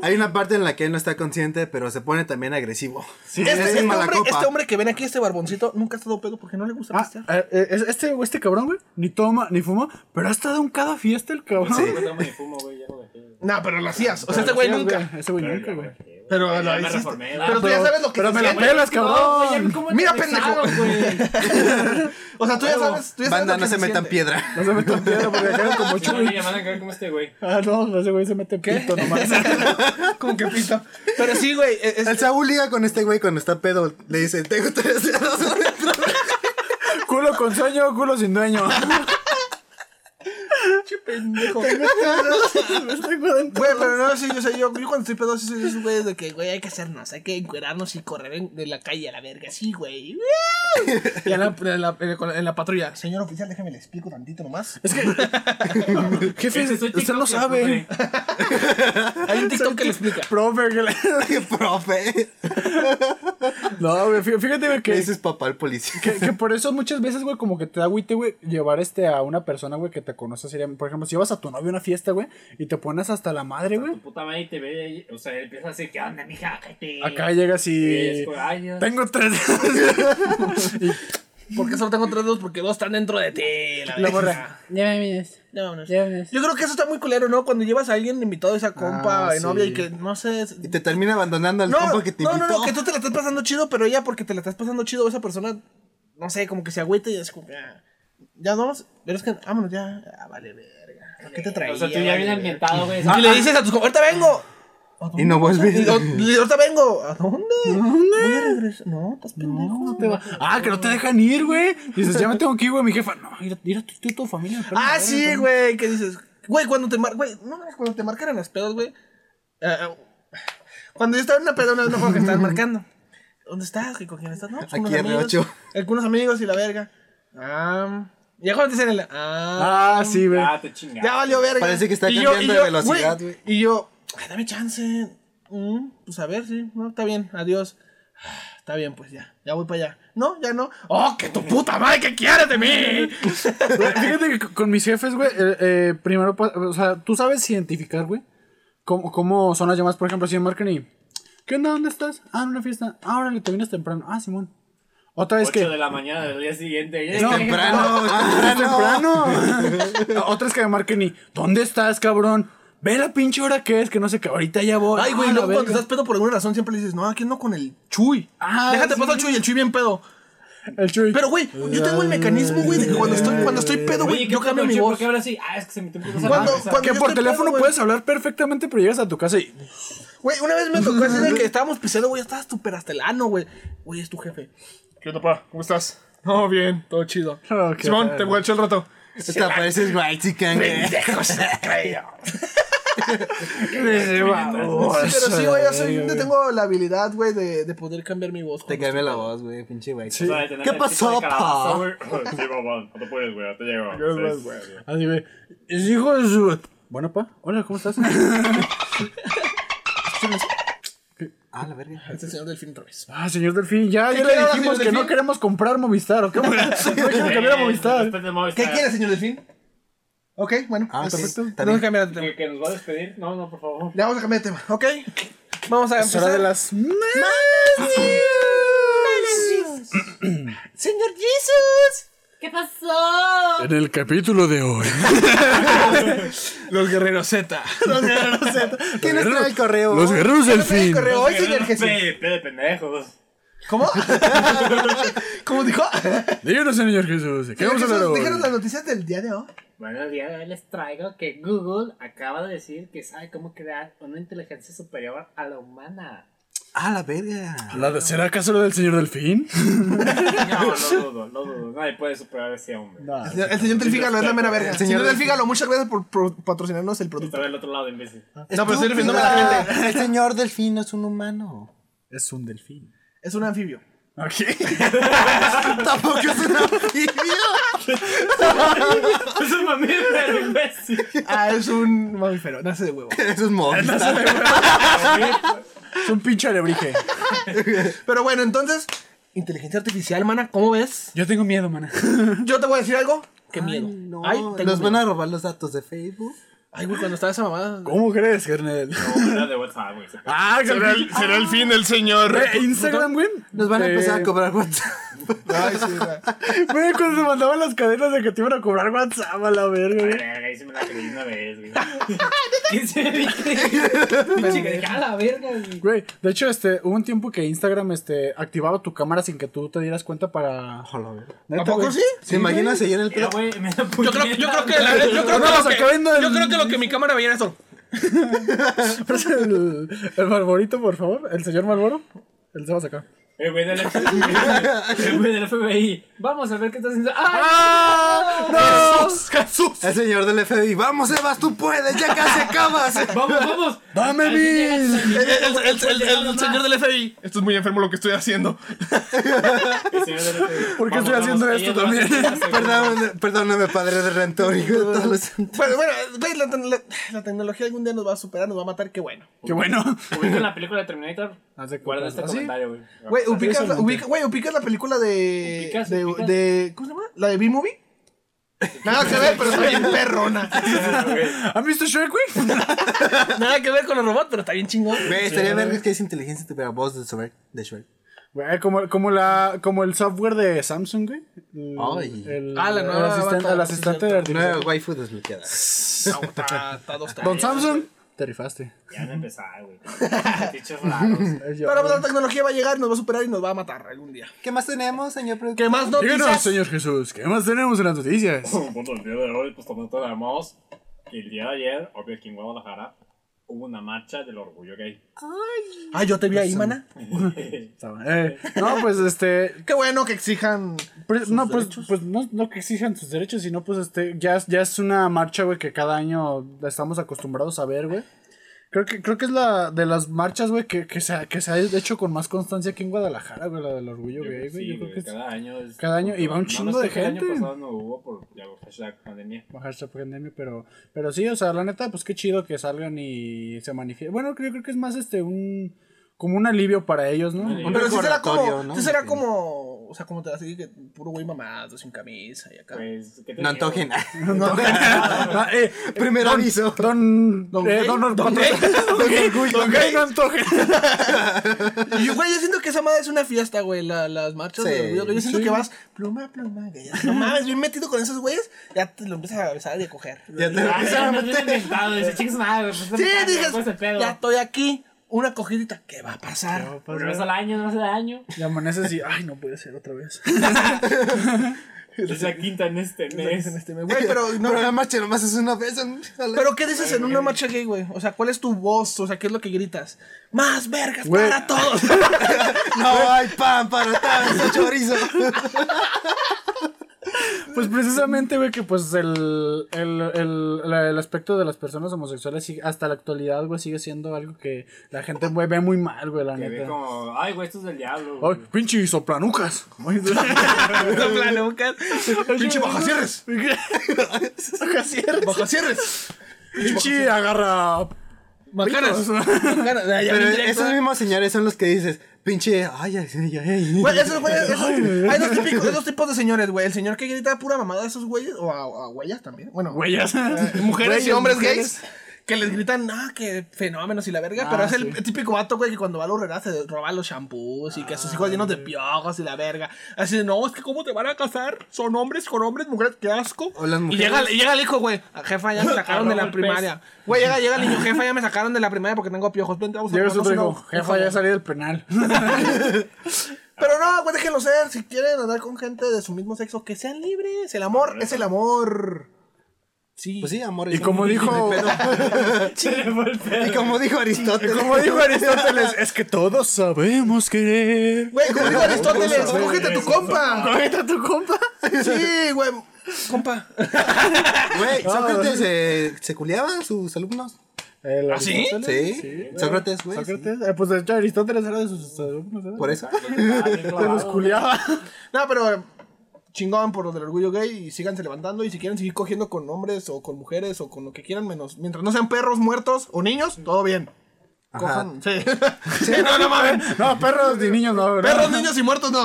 Speaker 6: Y Hay una parte en la que él no está consciente, pero se pone también agresivo. Sí,
Speaker 5: Este, este hombre, este hombre que ven aquí, este barboncito, nunca ha estado pedo porque no le gusta
Speaker 3: Ah,
Speaker 5: pistear.
Speaker 3: eh, eh, es- este, este cabrón, güey, ni toma, ni fuma, pero ha estado en cada fiesta el cabrón.
Speaker 7: Sí. No me fumo, güey. Ya lo dejé.
Speaker 5: No, pero lo hacías. O sea, este güey
Speaker 3: Sí,
Speaker 5: nunca.
Speaker 3: Ese <laughs> güey nunca, güey.
Speaker 5: Pero
Speaker 7: Ya
Speaker 5: lo
Speaker 7: me
Speaker 5: hiciste.
Speaker 7: reformé, ¿verdad?
Speaker 5: Pero tú ya
Speaker 3: Pero-
Speaker 5: sabes lo que
Speaker 3: pero
Speaker 5: se
Speaker 3: me la
Speaker 5: siente.
Speaker 3: pelas,
Speaker 7: No, güey, ya
Speaker 3: cabrón.
Speaker 7: vi cómo
Speaker 5: Mira,
Speaker 7: aterrizaron,
Speaker 5: pendejo.
Speaker 7: güey.
Speaker 5: <laughs> O sea, tú ya sabes. Tú ya sabes
Speaker 6: Banda,
Speaker 5: lo que
Speaker 6: no se metan
Speaker 5: siente.
Speaker 6: piedra.
Speaker 3: No se mete en piedra porque cagan como
Speaker 7: No, güey,
Speaker 3: chulo.
Speaker 7: ya van a caer como este, güey.
Speaker 3: Ah, no, ese güey se mete en pito
Speaker 5: <laughs>
Speaker 3: nomás.
Speaker 5: Como que pito. Pero sí, güey. e-, es- es-
Speaker 6: El Saúl liga con este güey cuando está pedo. Le dice, tengo tres dedos <laughs>
Speaker 5: <laughs>
Speaker 6: adentro".
Speaker 3: culo con sueño, culo sin
Speaker 5: <laughs>
Speaker 3: dueño.
Speaker 5: Che, pendejo. <laughs>
Speaker 3: Me estoy cuidando.
Speaker 5: Güey, pero no, sí, yo sé, yo, yo cuando estoy pedo, sí soy de esos güeyes de que, güey, hay que hacernos, hay que encuerarnos y correr en, de la calle a la verga, sí, güey. Y en la, en la- en la- en la patrulla, señor oficial, déjame le explico tantito nomás. <laughs>
Speaker 3: Es que. Jefe,
Speaker 7: Ese soy
Speaker 3: usted no
Speaker 7: TikToker,
Speaker 3: sabe.
Speaker 7: güey.
Speaker 5: Hay un TikTok que le explica.
Speaker 3: Profe, que le- <laughs>
Speaker 6: Qué profe.
Speaker 3: No, güey, fí- fíjate, güey,
Speaker 6: ¿Qué
Speaker 3: que.
Speaker 6: dices, papá, el policía?
Speaker 3: Que, que por eso muchas veces, güey, como que te da agüite, güey, llevar este a una persona, güey, que te conoce seriamente. Por ejemplo, si llevas a tu novio a una fiesta, güey, y te pones hasta la madre, güey.
Speaker 7: Tu puta madre te ve. O sea, empieza a decir, ¿qué onda, mija? Cállate.
Speaker 3: Acá llegas
Speaker 7: Sí,
Speaker 3: y.
Speaker 7: es con- ay, Dios.
Speaker 3: Ah, Tengo tres. <laughs>
Speaker 5: Porque solo tengo tres dedos porque dos están dentro de ti, la
Speaker 3: La
Speaker 5: verga.
Speaker 3: borra.
Speaker 5: Ya vámonos.
Speaker 3: Llévame.
Speaker 5: Yo creo que eso está muy culero, ¿no? Cuando llevas a alguien invitado a esa compa
Speaker 3: Ah,
Speaker 5: de novia
Speaker 3: sí.
Speaker 5: y que no sé. es-
Speaker 6: Y te termina abandonando al
Speaker 5: No,
Speaker 6: compa que te
Speaker 5: no,
Speaker 6: invitó.
Speaker 5: no, no, que tú te la estás pasando chido, pero ella porque te la estás pasando chido, esa persona, no sé, como que se agüita y es como, ah, ya nos vamos, pero es que, vámonos ya, ah, vale, verga, ¿a ¿qué te traía?
Speaker 7: O sea, tú ya bien
Speaker 5: vale,
Speaker 7: ambientado, güey.
Speaker 5: verga? Y le dices a tus compas, ahorita vengo. ¿A dónde
Speaker 6: Y no
Speaker 5: vas a- <laughs>
Speaker 6: vuelves.
Speaker 5: y o- y ahorita vengo. ¿A dónde? Voy a regresar. No, estás pendejo.
Speaker 3: No te va- Ah, que no te dejan ir, güey. Dices, ya me tengo que ir, güey. Mi jefa, no, mira, mira tú, tú y tu familia. me pelan la
Speaker 5: Ah,
Speaker 3: verga,
Speaker 5: sí,
Speaker 3: entonces".
Speaker 5: güey, que dices, güey, cuando te marcan, güey, no mames, cuando te marcan en las pedas, güey. eh, eh, cuando yo estaba en una peda, una vez me
Speaker 3: <laughs>
Speaker 5: acuerdo que me estaban marcando. ¿Dónde estás? ¿Qué- ¿Con quién estás? No, pues, con
Speaker 6: Aquí
Speaker 5: unos
Speaker 6: en
Speaker 5: amigos,
Speaker 6: R8.
Speaker 5: eh, Con unos amigos y la verga. Ah. Ya cuando te dicen el. Ah.
Speaker 3: Ah, sí, güey.
Speaker 7: Ah, te chingaste.
Speaker 5: ya valió verga.
Speaker 6: Parece que está
Speaker 5: Y
Speaker 6: cambiando de
Speaker 5: yo-
Speaker 6: velocidad, güey.
Speaker 5: Y yo, ay, dame chance. Mm, pues a ver, sí. No, está bien, adiós. Ah, Está bien, pues ya. Ya voy para allá. No, ya no. ¡Oh, que tu puta madre, que quieres de mí!
Speaker 3: Güey, Fíjate que con- con mis jefes, güey, eh, eh, primero, pues, o sea, tú sabes identificar, güey, cómo, cómo son las llamadas, por ejemplo, si me marcan y, ¿qué onda? ¿Dónde estás? Ah, en una fiesta. Ah, órale, te vienes temprano. Ah, Simón. Otra vez
Speaker 7: 8
Speaker 3: que...
Speaker 7: de la mañana del día siguiente.
Speaker 3: No,
Speaker 7: Eh,
Speaker 6: Temprano,
Speaker 3: Ah,
Speaker 6: temprano.
Speaker 3: temprano. <laughs> Otra es que me marquen y, ¿dónde estás, cabrón? Ve la pinche hora que es, que no sé qué, ahorita ya voy.
Speaker 5: Ay, güey,
Speaker 3: Ah, la
Speaker 5: luego cuando
Speaker 3: verga.
Speaker 5: estás pedo por alguna razón siempre le dices, no, aquí no con el chuy.
Speaker 3: Ah,
Speaker 5: Déjate
Speaker 3: sí.
Speaker 5: pasar al chuy, el chuy bien pedo.
Speaker 3: El chuy.
Speaker 5: Pero, güey, yo tengo el mecanismo, güey, de que cuando estoy, cuando estoy pedo,
Speaker 7: Oye,
Speaker 5: güey,
Speaker 7: ¿qué
Speaker 5: yo
Speaker 7: pedo,
Speaker 5: cambio mi
Speaker 7: chico?
Speaker 5: voz.
Speaker 7: ¿Por qué ahora sí? Ah, es que se metió un puto
Speaker 5: Cuando- cuando
Speaker 3: que
Speaker 5: yo
Speaker 3: por
Speaker 5: estoy pedo,
Speaker 3: teléfono
Speaker 5: güey.
Speaker 3: puedes hablar perfectamente, pero llegas a tu casa y...
Speaker 5: Güey, una vez me tocó
Speaker 3: <laughs>
Speaker 5: así de que estábamos pisando, güey, estabas super hasta el ano, güey. Güey, es tu jefe. ¿Qué onda, pa? ¿Cómo estás? No, bien, todo chido.
Speaker 3: <laughs> Oh, qué
Speaker 5: Simón,
Speaker 3: tal.
Speaker 5: te guacho el rato.
Speaker 6: <laughs> Te apareces white chicken, güey.
Speaker 5: Sí, pero sí, güey, yo soy, yo tengo la habilidad, güey, de, de poder cambiar mi voz.
Speaker 6: Te cambia la voz, güey, pinche white chicken.
Speaker 7: ¿Qué
Speaker 6: pasó, pa?
Speaker 7: Sí, papá, no te puedes, güey, te llego. Sí, sí, sí.
Speaker 3: Así, güey. Es hijo de su. Bueno, pa. Hola, ¿cómo
Speaker 5: <laughs>
Speaker 3: estás?
Speaker 6: Ah, la verga.
Speaker 5: Este señor Delfín otra vez.
Speaker 3: ah, señor Delfín, ya, ya
Speaker 5: quiere
Speaker 3: le
Speaker 5: ahora,
Speaker 3: dijimos
Speaker 5: señor
Speaker 3: que no
Speaker 5: Delfín?
Speaker 3: queremos comprar Movistar. ¿o qué? <laughs>
Speaker 5: <laughs>
Speaker 3: No queremos cambiar a Movistar.
Speaker 7: pues, Después de Movistar.
Speaker 5: ¿Qué
Speaker 7: <laughs>
Speaker 5: quieres, señor Delfín? Ok, bueno.
Speaker 6: Ah,
Speaker 5: pues,
Speaker 6: perfecto.
Speaker 5: tenemos
Speaker 6: Está
Speaker 5: que
Speaker 6: bien.
Speaker 5: cambiar de tema.
Speaker 7: ¿Que- ¿Que nos va a despedir? No, no, por favor.
Speaker 5: Ya vamos a cambiar de tema, ok. Vamos a
Speaker 3: Es hora
Speaker 5: empezar.
Speaker 3: de las.
Speaker 5: Señor Jesus.
Speaker 8: ¿Qué pasó?
Speaker 3: En el capítulo de
Speaker 5: <laughs>
Speaker 3: hoy.
Speaker 5: Los guerreros Z.
Speaker 6: Los guerreros Z. ¿Quién nos trae el correo?
Speaker 3: guerreros del
Speaker 5: El correo hoy, señor
Speaker 7: P,
Speaker 5: Jesús.
Speaker 7: P de pendejos.
Speaker 5: ¿Cómo? ¿Cómo dijo?
Speaker 3: Díganos, señor Jesús. ¿Qué vamos a
Speaker 5: Jesús,
Speaker 3: hablar hoy?
Speaker 5: Díganos las noticias del día de hoy.
Speaker 7: Bueno, el día de hoy les traigo que Google acaba de decir que sabe cómo crear una inteligencia superior a la humana.
Speaker 6: Ah, la verga.
Speaker 3: ¿La de- ¿Será acaso lo del señor Delfín?
Speaker 7: <laughs> No, no dudo, no dudo. Nadie puede superar a ese hombre.
Speaker 3: No.
Speaker 5: El señor- El señor del Fígalo es la mera verga.
Speaker 6: El señor
Speaker 5: Señor del
Speaker 6: del-
Speaker 5: Fígalo, muchas gracias por por patrocinarnos el producto.
Speaker 7: Estaba del otro lado, imbécil.
Speaker 5: No, pero estoy refiriéndome a la gente.
Speaker 6: El señor delfín no es un
Speaker 5: <laughs>
Speaker 6: humano.
Speaker 3: Es un delfín.
Speaker 5: Es un anfibio.
Speaker 6: Tampoco es un anfibio.
Speaker 7: Es un mamífero, imbécil.
Speaker 5: Ah, es un mamífero. Nace de huevo.
Speaker 6: Eso es Movistar.
Speaker 3: <laughs> Es un pinche alebrije.
Speaker 5: Pero bueno, entonces, inteligencia artificial, mana, ¿cómo ves?
Speaker 3: Yo tengo miedo, mana.
Speaker 5: Yo te voy a decir algo. Qué miedo. Ay, tengo
Speaker 6: Los van
Speaker 5: miedo.
Speaker 6: a robar los datos de Facebook.
Speaker 5: Ay, güey, cuando estaba esa mamada.
Speaker 3: ¿Cómo crees, carnal?
Speaker 7: No, era de WhatsApp, güey.
Speaker 3: Ah, carnal.
Speaker 5: Será el fin del señor.
Speaker 3: Güey, Instagram, güey.
Speaker 6: Nos van a
Speaker 3: Eh,
Speaker 6: empezar a cobrar WhatsApp.
Speaker 5: <laughs> Ay, sí, güey.
Speaker 3: <laughs> Güey, cuando se mandaban las cadenas de que te iban a cobrar WhatsApp a la verga, güey.
Speaker 7: Verga, ahí se me la creí una vez, <laughs> güey. ¿Quién se <laughs> me creí? Chica, dije, a la verga, güey.
Speaker 3: Güey, de hecho, este, hubo un tiempo que Instagram, este, activaba tu cámara sin que tú te dieras cuenta para...
Speaker 5: ¿A poco sí?
Speaker 6: ¿Se imaginas ahí en el
Speaker 7: Mira,
Speaker 6: pedo?
Speaker 7: güey, me la
Speaker 5: Yo creo, yo creo que, la- yo creo que,
Speaker 3: Vamos
Speaker 5: lo que-
Speaker 3: acabando el-
Speaker 5: yo creo que lo que mi cámara veía era eso.
Speaker 3: <laughs> ¿Pres el, el Marborito, por favor? ¿El señor Marlboro? El Sebas acá.
Speaker 7: El güey del FBI. El güey del FBI. Vamos a ver qué está haciendo. ¡Ah!
Speaker 5: ¡Jesús! ¡Jesús!
Speaker 6: El señor del FBI. Vamos, Evas, tú puedes. Ya casi
Speaker 5: <laughs>
Speaker 6: acabas.
Speaker 7: ¡Vamos, vamos!
Speaker 3: ¡Dame mis!
Speaker 5: El, señor del FBI. Esto es muy enfermo lo que estoy haciendo.
Speaker 3: ¿Por qué estoy haciendo esto también?
Speaker 6: Perdón, perdóname, padre de rentor. hijo de todos los santos.
Speaker 5: Bueno, bueno, güey, la, la- la tecnología algún día nos va a superar, nos va a matar, qué bueno.
Speaker 3: ¡Qué bueno!
Speaker 7: Ubican la película de Terminator.
Speaker 3: Haz de
Speaker 7: Guarda este
Speaker 3: cuenta. ¿Ah, sí?
Speaker 7: comentario, güey.
Speaker 5: Güey,
Speaker 7: O sea,
Speaker 5: ubicas la,
Speaker 3: Curiosamente.
Speaker 5: ubica- güey, ubicas la película de,
Speaker 7: Ubicas,
Speaker 5: de,
Speaker 7: ubicas.
Speaker 5: de- ¿Cómo se llama? ¿La de B-Movie? <laughs> Nada que ver, pero está bien perrona.
Speaker 3: ¿Han visto Shrek, güey?
Speaker 5: <laughs> Nada que ver con los robots, pero está bien chingón.
Speaker 6: Güey, estaría verga que es inteligencia te pega voz de Shrek. De Shrek.
Speaker 3: Güey, como, como, la, como el software de Samsung, güey. El-
Speaker 6: Ay.
Speaker 3: el-
Speaker 5: Ah, la nueva
Speaker 3: el asistente,
Speaker 5: avatar,
Speaker 3: el
Speaker 5: sí,
Speaker 3: asistente
Speaker 5: cierto.
Speaker 3: artificial.
Speaker 6: Nueva waifu desbloqueada.
Speaker 5: No, está- está dos
Speaker 3: Don
Speaker 5: tareas.
Speaker 3: Samsung, te rifaste.
Speaker 7: Ya no empezaba, güey. Dichos raros. pues,
Speaker 5: Pero pues, la tecnología va a llegar, nos va a superar y nos va a matar algún día.
Speaker 6: ¿Qué más tenemos, señor productor?
Speaker 5: ¿Qué más noticias?
Speaker 3: Díganos, señor Jesús, ¿qué más tenemos en las noticias?
Speaker 7: Bueno, el día de hoy, pues también tenemos que el día de ayer, obvio, aquí en Guadalajara, hubo una marcha del orgullo gay.
Speaker 5: Ah, yo te vi ahí, mana.
Speaker 3: Eh, no, pues, este,
Speaker 5: Qué bueno que exijan.
Speaker 3: Pues, no, pues, pues no, no que exijan sus derechos, sino pues este, ya, es- ya es una marcha, güey, que cada año estamos acostumbrados a ver, güey. Creo que, creo que es la de las marchas, güey, que, que, se, ha- que se ha hecho con más constancia aquí en Guadalajara, güey, la del orgullo
Speaker 7: Yo
Speaker 3: gay,
Speaker 7: creo que
Speaker 3: güey.
Speaker 7: sí,
Speaker 3: yo creo
Speaker 7: güey,
Speaker 3: que es.
Speaker 7: cada año es-
Speaker 3: cada año, y va un
Speaker 7: No, no
Speaker 3: chingo
Speaker 7: sé
Speaker 3: de
Speaker 7: qué El
Speaker 3: gente.
Speaker 7: año pasado no hubo por ya, hashtag pandemia.
Speaker 3: bajar esta pandemia, pero, pero sí, o sea, la neta, pues qué chido que salgan y se manifiesten. Bueno, creo, creo que es más este un como un alivio para ellos, ¿no?
Speaker 7: alivio.
Speaker 5: Pero sí será como.
Speaker 6: recordatorio, ¿no?
Speaker 5: Sí será
Speaker 6: Sí.
Speaker 5: como. O sea, como te vas a decir que puro güey mamado, sin camisa y acá.
Speaker 7: Pues, ¿qué te
Speaker 6: No
Speaker 5: <laughs>
Speaker 7: digo?
Speaker 6: antojen.
Speaker 3: No, no, eh,
Speaker 6: Primer
Speaker 3: don-
Speaker 6: aviso.
Speaker 3: Don
Speaker 5: Don
Speaker 3: eh,
Speaker 5: Gay,
Speaker 3: don-
Speaker 5: don
Speaker 3: don-
Speaker 5: Gay.
Speaker 3: <laughs> don Gay, don Gay no antoje.
Speaker 5: Y yo, güey, yo siento que esa madre es una fiesta, güey. la- las marchas
Speaker 6: Sí,
Speaker 5: de orgullo. güey. Yo siento
Speaker 3: sí.
Speaker 5: que vas pluma, pluma, güey. No mames, bien metido con esos güeyes. Ya te lo empiezas a besar y a coger.
Speaker 6: Ya te
Speaker 7: Ah,
Speaker 6: empiezan a
Speaker 7: no, no, no, no,
Speaker 6: meter.
Speaker 7: inventado, dice, "Chingue su madre, pues,
Speaker 5: Sí,
Speaker 7: inventado,
Speaker 5: dices,
Speaker 7: pues, el pedo".
Speaker 5: ya estoy aquí. Una cogidita, ¿qué va a pasar?
Speaker 7: Una vez al año, Pues, no hace
Speaker 5: <laughs>
Speaker 7: daño.
Speaker 3: Y pues, amaneces y ay, no puede ser otra vez.
Speaker 7: Es la quinta en este
Speaker 5: En
Speaker 7: mes.
Speaker 5: este, Güey, pero no.
Speaker 6: Pero la marcha nomás es una vez.
Speaker 5: Pero ¿qué dices en una marcha gay, güey? O sea, ¿cuál es tu voz? O sea, ¿qué es lo que gritas? ¡Más vergas
Speaker 3: Güey.
Speaker 5: para todos! <laughs>
Speaker 6: No hay pan para tanto
Speaker 5: <laughs>
Speaker 6: chorizo.
Speaker 3: Pues precisamente, güey, que pues el, el, el, la- el aspecto de las personas homosexuales sigue- hasta la actualidad, güey, sigue siendo algo que la gente güey, ve muy mal, güey, la
Speaker 7: Que ve
Speaker 3: neta.
Speaker 7: como, ay, güey, esto es del diablo.
Speaker 3: Ay,
Speaker 7: güey".
Speaker 3: pinche soplanucas. <laughs>
Speaker 5: Planucas.
Speaker 3: pinche
Speaker 5: <laughs>
Speaker 6: bajacierres.
Speaker 3: bajacierres.
Speaker 6: Bajo cierres.
Speaker 3: Pinche agarra.
Speaker 5: Macanas.
Speaker 3: Pitos.
Speaker 5: Macanas. Ya, ya,
Speaker 6: Pero
Speaker 5: bien directo,
Speaker 6: esos
Speaker 5: ¿eh?
Speaker 6: mismos señores son los que dices, pinche, ay, ay, ay, ay.
Speaker 5: Güey, esos güeyes, esos- hay dos, típicos- hay dos tipos de señores, güey. El señor que grita pura mamada a esos güeyes, o a, a güeyas también. Bueno,
Speaker 3: Huellas.
Speaker 5: mujeres
Speaker 6: Güey,
Speaker 5: y hombres
Speaker 6: mujeres.
Speaker 5: gays que les gritan, ah, que fenómenos y la verga.
Speaker 3: Ah,
Speaker 5: pero es el
Speaker 3: sí.
Speaker 5: típico vato, güey, que cuando va a la horrera se roba los shampoos y que sus hijos llenos de piojos y la verga. Así de, no, es que cómo te van a casar. Son hombres con hombres, mujeres, qué asco.
Speaker 6: O las
Speaker 5: y
Speaker 6: mujeres.
Speaker 5: llega, y llega el hijo, güey, "Ah, jefa, ya me sacaron de la
Speaker 7: Arroba el
Speaker 5: primaria. Güey, llega, llega el niño, jefa, ya me sacaron de la primaria porque tengo piojos. Vente, vamos a
Speaker 3: Llega su
Speaker 5: tomarnos
Speaker 3: otro
Speaker 5: una-
Speaker 3: hijo.
Speaker 5: un
Speaker 3: Jefa,
Speaker 5: jabón".
Speaker 3: ya salí del penal.
Speaker 5: Pero no, güey, déjenlo ser. Si quieren andar con gente de su mismo sexo, que sean libres. El amor es el amor. Sí.
Speaker 6: Pues sí, amor.
Speaker 3: <laughs> Y como dijo.
Speaker 7: Se le fue
Speaker 3: <laughs>
Speaker 7: el pedo.
Speaker 6: Y como dijo Aristóteles.
Speaker 3: Como
Speaker 5: <laughs>
Speaker 3: dijo Aristóteles, es que todos sabemos querer.
Speaker 5: Güey, como dijo Aristóteles,
Speaker 3: Güey,
Speaker 5: cógete a tu compa.
Speaker 3: Comenta tu compa.
Speaker 5: Sí, güey. Compa.
Speaker 6: <laughs> Güey, Sócrates eh, se culeaba a sus alumnos.
Speaker 3: ¿El
Speaker 5: ¿Ah, sí?
Speaker 3: Aristóteles?
Speaker 6: Sí.
Speaker 3: güey.
Speaker 6: Sócrates, güey.
Speaker 3: Sócrates. Eh, pues de hecho, Aristóteles era de sus alumnos, ¿verdad?
Speaker 6: sí. Por eso.
Speaker 3: <laughs>
Speaker 7: Ah,
Speaker 5: Pues,
Speaker 7: bien
Speaker 3: Se los
Speaker 7: clavado.
Speaker 3: culiaba.
Speaker 5: No, pero eh, chingón por lo del orgullo gay y síganse levantando. Y si quieren seguir cogiendo con hombres o con mujeres o con lo que quieran, menos. Mientras no sean perros muertos o niños, todo bien. Cojan.
Speaker 6: <laughs>
Speaker 5: Sí. sí. No, no mames.
Speaker 3: <laughs> No, perros ni niños no, ¿verdad?
Speaker 5: Perros, niños y muertos, no.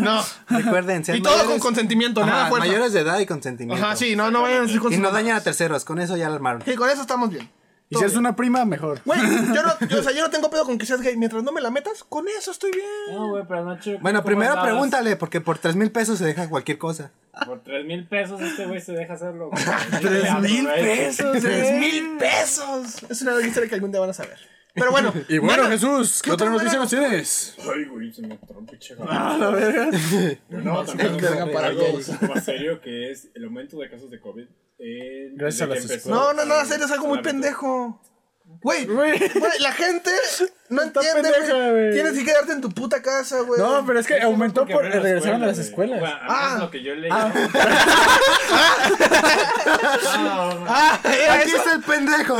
Speaker 5: No.
Speaker 6: Recuerden, sean
Speaker 5: Y todo con
Speaker 6: mayores-
Speaker 5: consentimiento,
Speaker 6: Ajá,
Speaker 5: nada fuerza.
Speaker 6: mayores de edad y consentimiento.
Speaker 5: Ajá, sí, no, no vayan a decir con
Speaker 6: Y
Speaker 5: su
Speaker 6: no
Speaker 5: mamá.
Speaker 6: dañan a terceros, con eso ya la armaron.
Speaker 5: Sí, con eso estamos bien.
Speaker 3: Y si es una prima, mejor. <laughs>
Speaker 5: Güey, yo no, yo, o sea, yo no tengo pedo con que seas gay. Mientras no me la metas, con eso estoy bien.
Speaker 7: No, güey, pero no chico,
Speaker 6: Bueno,
Speaker 7: ¿cómo
Speaker 6: primero
Speaker 7: andabas?
Speaker 6: pregúntale, porque por tres mil pesos se deja cualquier cosa.
Speaker 7: Por 3 mil pesos este güey se
Speaker 5: <laughs>
Speaker 7: deja hacerlo. güey.
Speaker 5: Tres mil
Speaker 7: Aprovecha.
Speaker 5: pesos, tres mil pesos. Es una historia que algún día van a saber. Pero bueno.
Speaker 3: <laughs> Y bueno,
Speaker 5: menos-
Speaker 3: Jesús, ¿qué
Speaker 5: ¿qué
Speaker 3: otra Ah,
Speaker 5: otra
Speaker 3: noticia
Speaker 5: buena
Speaker 3: nos tienes?
Speaker 7: Ay, güey, se me atoró
Speaker 3: <laughs>
Speaker 7: un pinche gallo. No, también
Speaker 5: que venga
Speaker 7: algo-
Speaker 5: para
Speaker 7: algo
Speaker 5: ellos.
Speaker 7: más serio que es el aumento de casos de COVID. en-
Speaker 3: Gracias
Speaker 7: desde
Speaker 3: a las
Speaker 7: que empezó
Speaker 5: No, no, no,
Speaker 7: el-
Speaker 5: en serio, es algo muy
Speaker 7: la-
Speaker 5: pendejo. Güey,
Speaker 3: Güey.
Speaker 5: güey, la gente no
Speaker 3: Está
Speaker 5: entiende.
Speaker 3: pendeja,
Speaker 5: güey.
Speaker 3: güey.
Speaker 5: Tienes que quedarte en tu puta casa, güey.
Speaker 3: No, pero es que aumentó
Speaker 7: Porque
Speaker 3: por
Speaker 7: abrieron
Speaker 3: regresaron a las
Speaker 7: güey.
Speaker 3: escuelas.
Speaker 7: Bueno, a menos
Speaker 5: Ah.
Speaker 7: lo que yo leí. Ah.
Speaker 5: Ah, era
Speaker 6: Aquí
Speaker 5: eso.
Speaker 6: está el pendejo.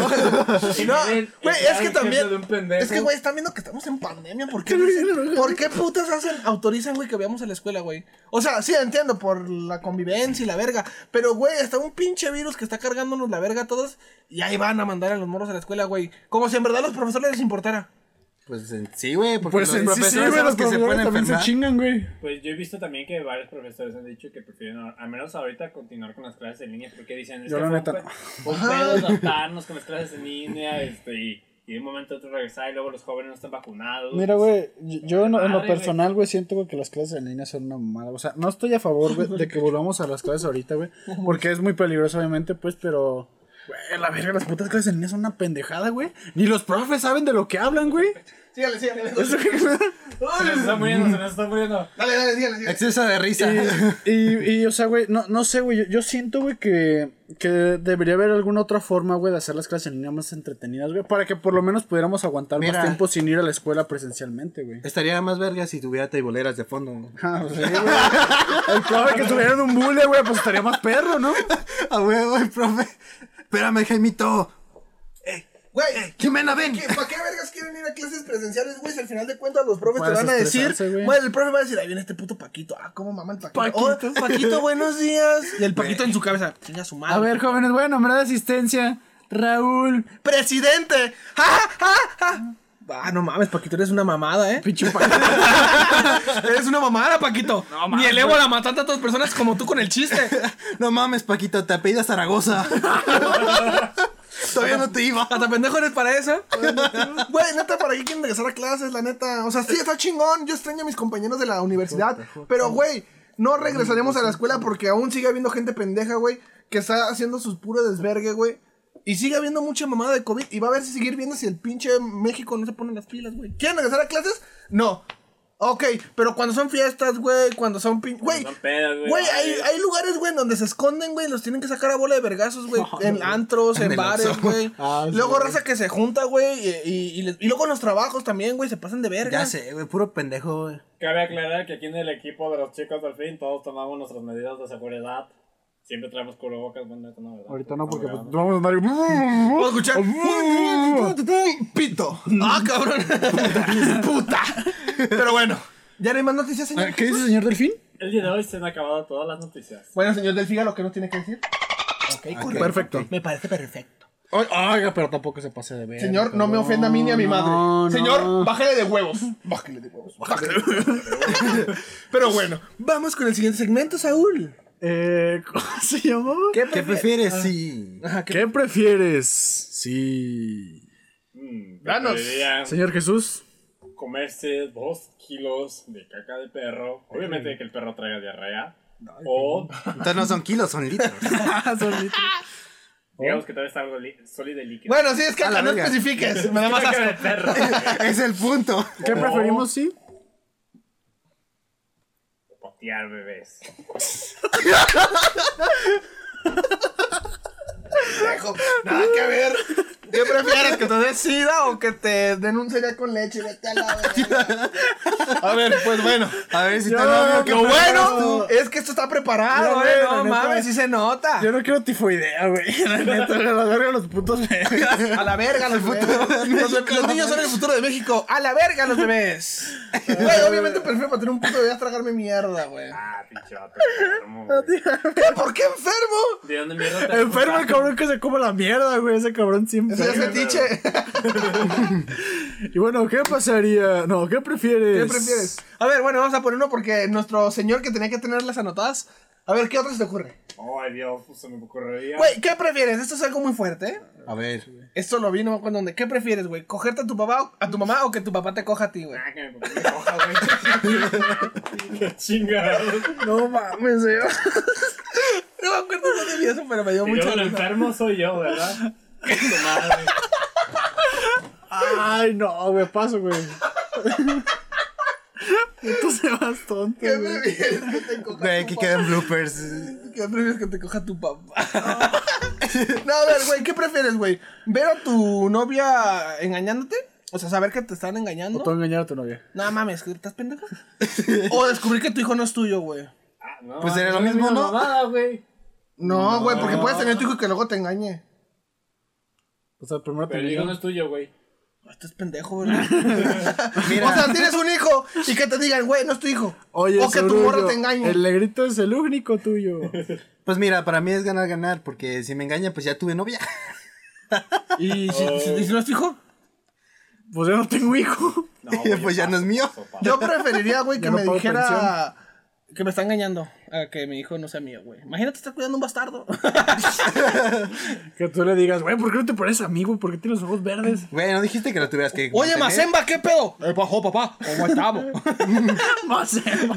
Speaker 7: Y
Speaker 5: No,
Speaker 7: miren,
Speaker 5: güey,
Speaker 7: el
Speaker 5: es que
Speaker 7: gran
Speaker 5: también.
Speaker 7: ejemplo de un pendejo.
Speaker 5: Es que, güey, están viendo que estamos en pandemia.
Speaker 3: <laughs>
Speaker 5: ¿Por qué, dicen- ¿por qué putas hacen, autorizan, güey, que veamos a la escuela, güey? O sea, sí, entiendo, por la convivencia y la verga. Pero, güey, está un pinche virus que está cargándonos la verga a todos. Y ahí van a mandar a los morros a la escuela, güey. Como si en verdad a los profesores les importara.
Speaker 6: <laughs> Pues en- sí, güey, porque
Speaker 3: Pues
Speaker 6: los
Speaker 3: en sí,
Speaker 6: profesores
Speaker 3: sí,
Speaker 6: son
Speaker 3: güey,
Speaker 6: los
Speaker 3: los
Speaker 6: que se
Speaker 3: profesores
Speaker 6: pueden
Speaker 3: también se
Speaker 6: enfermar.
Speaker 3: chingan, güey.
Speaker 7: Pues yo he visto también que varios profesores han dicho que prefieren, a- al menos ahorita, continuar con las clases en línea porque dicen, es
Speaker 3: Yo
Speaker 7: que
Speaker 3: la
Speaker 7: fue
Speaker 3: neta
Speaker 7: un pe-
Speaker 3: no.
Speaker 7: fue un pedo adaptarnos con las clases en línea este, y, y de un momento a otro regresar y luego los jóvenes no están vacunados.
Speaker 3: Mira, güey, yo yo en, lo- en lo
Speaker 7: Madre, güey.
Speaker 3: personal, güey, siento güey, que las clases en línea son una mamada. O sea, no estoy a favor, güey, de que volvamos a las clases ahorita, güey. Porque es muy peligroso, obviamente, pues, pero. Güey, la verga, las putas clases en línea son una pendejada, güey. Ni los profes saben de lo que hablan, güey.
Speaker 5: Síganle, síganle.
Speaker 3: <laughs>
Speaker 7: Se nos está muriendo, se nos está muriendo.
Speaker 5: Dale, dale, síganle. síganle.
Speaker 6: Exceso de risa.
Speaker 3: Y, y, o sea, güey, no, no sé, güey. Yo, yo siento, güey, que, que debería haber alguna otra forma, güey, de hacer las clases en línea más entretenidas, güey. Para que por lo menos pudiéramos aguantar
Speaker 6: Mira.
Speaker 3: más tiempo sin ir a la escuela presencialmente, güey.
Speaker 6: <laughs> Estaría más verga si tuviera teiboleras de fondo. güey.
Speaker 3: <laughs> Ah, <laughs> sí, güey. El profe que estuviera en un bule, güey, pues estaría más perro, ¿no?
Speaker 6: A huevo, el profe. Espérame, Jaimito. Ey,
Speaker 3: Eh,
Speaker 5: Güey,
Speaker 9: Jimena, ven.
Speaker 5: ¿para qué vergas quieren ir a clases presenciales, güey? Si al final de cuentas los profes te
Speaker 3: Puedes
Speaker 5: van a decir.
Speaker 3: estresarse, güey.
Speaker 10: Bueno, el profe va a decir, ahí viene este puto Paquito. Ah, cómo mamá el Paquito.
Speaker 3: Paquito.
Speaker 10: Oh, Paquito, buenos días. Y el Paquito en su cabeza, chinga su madre.
Speaker 3: A ver, jóvenes, voy a nombrar asistencia. Raúl.
Speaker 10: presidente. ¡Ja, ja, ja, ja! Ah, no mames, Paquito, eres una mamada, ¿eh?
Speaker 3: Pinche pa-
Speaker 10: <laughs>
Speaker 3: <laughs>
Speaker 10: eres una mamada, Paquito. Ni el Evo la matan tantas personas como tú con el chiste.
Speaker 6: <laughs>
Speaker 10: <laughs>
Speaker 6: No mames, Paquito, te apellida Zaragoza. <laughs> Todavía no te iba.
Speaker 10: Hasta pendejo eres para eso.
Speaker 5: Güey, neta, ¿para qué quieren regresar a clases, la neta? O sea, sí, está chingón. Yo extraño a mis compañeros de la universidad. Pero, güey, no regresaremos a la escuela porque aún sigue habiendo gente pendeja, güey, que está haciendo sus puro desvergue, güey. Y sigue habiendo mucha mamada de COVID. Y va a ver si seguir viendo si el pinche México no se pone las pilas, güey. ¿Quieren regresar a clases? No. Ok, pero cuando son fiestas, güey, cuando son pin... Güey,
Speaker 7: son pedas, güey,
Speaker 5: güey, hay,
Speaker 7: ay.
Speaker 5: hay lugares, güey, en donde se esconden, güey, los tienen que sacar a bola de vergazos,
Speaker 7: <laughs>
Speaker 5: güey, en antros, en, bares, güey. luego raza que se junta, güey, y, y, y les- y luego en los trabajos también, güey, se pasan de verga.
Speaker 6: Ya sé, güey, puro pendejo, güey.
Speaker 7: Cabe aclarar que aquí en el equipo de los chicos del fin todos tomamos nuestras medidas de seguridad. Siempre traemos cubrebocas, bueno, esto no, Ah, ¿verdad?
Speaker 3: Ahorita no, porque pues,
Speaker 7: Estamos
Speaker 3: vamos a andar.
Speaker 10: Vamos a escuchar.
Speaker 5: Pito.
Speaker 10: Ah, cabrón.
Speaker 5: <laughs> Puta. Pero bueno, Ah, ya no hay más noticias, señor.
Speaker 3: ¿Qué dice señor Delfín?
Speaker 7: grabando. El día de hoy se han acabado todas las noticias.
Speaker 5: Bueno, señor Del Figa, lo que nos tiene que decir. Ok, correcto.
Speaker 3: Perfecto.
Speaker 5: Me parece perfecto.
Speaker 3: Oiga, pero tampoco se pase de ver.
Speaker 5: Señor, no me ofenda a mí ni a mi madre.
Speaker 3: no.
Speaker 5: Señor, bájale de huevos. <laughs> Bájale de huevos. Bájale de huevos. Pero bueno,
Speaker 10: Vamos con el siguiente segmento, Saúl.
Speaker 3: Eh, <laughs> ¿Cómo se llamó?
Speaker 10: ¿Qué,
Speaker 6: ¿Qué prefieres?
Speaker 3: Ah.
Speaker 6: Sí.
Speaker 10: Ajá, ¿qué-
Speaker 3: ¿Qué prefieres? Sí.
Speaker 7: Mm,
Speaker 5: Danos.
Speaker 7: preferirían
Speaker 3: Señor Jesús.
Speaker 7: comerse dos kilos de caca de perro. Obviamente que el perro traiga diarrea. O
Speaker 6: Entonces no son kilos, son <laughs> litros.
Speaker 3: Ah,
Speaker 7: digamos que tal vez algo li- sólido y líquido.
Speaker 5: bueno, sí, es que
Speaker 6: A la
Speaker 5: no
Speaker 6: verga.
Speaker 5: especifiques. Me da más asco.
Speaker 7: Caca de perro.
Speaker 6: es el punto.
Speaker 3: ¿Qué preferimos? Sí.
Speaker 7: Potear bebés.
Speaker 5: Nada que ver. ¿Qué prefieres? ¿Que te dé sida o que te den un cereal con leche? Vete a la verga. A ver, pues bueno.
Speaker 6: A ver si
Speaker 3: Yo
Speaker 6: te lo
Speaker 3: no
Speaker 5: Lo bueno es que esto está
Speaker 3: Ya,
Speaker 5: preparado,
Speaker 3: güey,
Speaker 5: eh.
Speaker 3: la
Speaker 5: No
Speaker 3: neta.
Speaker 5: mames, sí se nota.
Speaker 3: Ah. Yo no quiero tifoidea, güey. <laughs> La neta, a la verga los putos bebés.
Speaker 5: A la verga, los bebés. <laughs> Los, los niños son el futuro de México. A la verga, los bebés. Güey, obviamente prefiero para tener un puto bebé a tragarme mierda, güey.
Speaker 7: Ah, pinche vato enfermo, güey.
Speaker 5: ¿Qué? ¿Por qué enfermo?
Speaker 7: ¿De dónde mierda te
Speaker 3: Enfermo el cabrón que se come la mierda, güey. Ese cabrón siempre.
Speaker 5: Eso ya es fetiche.
Speaker 3: Y bueno, ¿qué pasaría? No, ¿qué prefieres?
Speaker 5: ¿Qué prefieres? A ver, bueno, vamos a poner uno porque nuestro señor que tenía que tenerlas anotadas. A ver, ¿qué otro se te ocurre?
Speaker 7: Ay, Dios, pues, se me ocurriría.
Speaker 5: Güey, ¿qué prefieres? Esto es algo muy fuerte, ¿eh?
Speaker 6: A ver.
Speaker 5: Esto lo vi, no me acuerdo dónde. ¿Qué prefieres, güey? ¿Cogerte a tu papá o- a tu mamá o que tu papá te coja a ti, güey?
Speaker 7: Ah, que me pongo una hoja,
Speaker 6: <laughs>
Speaker 7: güey. Qué chingados.
Speaker 5: No mames, güey. no me acuerdo dónde vi eso, pero me dio
Speaker 7: Y
Speaker 5: mucha
Speaker 7: luego el
Speaker 5: risa.
Speaker 7: enfermo soy yo, ¿verdad? Tu madre.
Speaker 3: Ay, no, güey, paso, güey. <laughs> Puto Sebas tonto,
Speaker 5: ¿Qué
Speaker 3: güey.
Speaker 5: prefieres que te coja
Speaker 6: Güey, que
Speaker 5: tu papá?
Speaker 6: quedan bloopers.
Speaker 5: ¿Qué prefieres que te coja tu papá? <laughs> no, a ver, güey, ¿qué prefieres, güey? ¿Ver a tu novia engañándote? O sea, saber que te están engañando.
Speaker 3: Tú engañar a tu novia.
Speaker 5: No mames, ¿que ¿estás pendejo? o descubrir que tu hijo no es tuyo, güey.
Speaker 7: Ah,
Speaker 6: <laughs>
Speaker 7: no,
Speaker 6: Pues era
Speaker 7: no
Speaker 6: lo
Speaker 7: es
Speaker 6: mismo,
Speaker 7: una
Speaker 6: ¿no?
Speaker 7: mamada, güey.
Speaker 5: No, güey, porque puedes tener tu hijo y que luego te engañe.
Speaker 3: O sea, primero te
Speaker 7: Pero el hijo no
Speaker 3: engañan.
Speaker 7: es tuyo, güey.
Speaker 5: No, Estás pendejo, <laughs> ¿verdad?
Speaker 6: Mira.
Speaker 5: O sea, tienes un hijo y que te digan, güey, no es tu hijo.
Speaker 3: Oye,
Speaker 5: o que tu
Speaker 3: seguro
Speaker 5: morra
Speaker 3: yo,
Speaker 5: te engañe.
Speaker 3: El negrito es el único tuyo.
Speaker 6: Pues mira, para mí es ganar, ganar, porque si me engaña, pues ya tuve novia.
Speaker 10: ¿Y si, si- si no es tu hijo?
Speaker 3: Pues yo no tengo hijo.
Speaker 7: No,
Speaker 6: <laughs> pues ya no es mío.
Speaker 5: Yo preferiría, güey,
Speaker 3: <laughs>
Speaker 5: que
Speaker 3: Ya no
Speaker 5: me
Speaker 3: pago
Speaker 5: dijera que me está engañando a que mi hijo no sea mío, güey. Imagínate estar cuidando un bastardo.
Speaker 3: <laughs> Que tú le digas, güey, ¿por qué no te pareces amigo? ¿Por qué tienes los ojos
Speaker 5: <laughs>
Speaker 3: verdes?
Speaker 6: Güey, no dijiste que lo tuvieras que.
Speaker 5: Oye,
Speaker 6: mantener?
Speaker 5: Mazemba,
Speaker 3: <laughs>
Speaker 5: ¿qué pedo?
Speaker 3: Ah,
Speaker 5: Eh, bajó, papá. ¿Cómo estamos?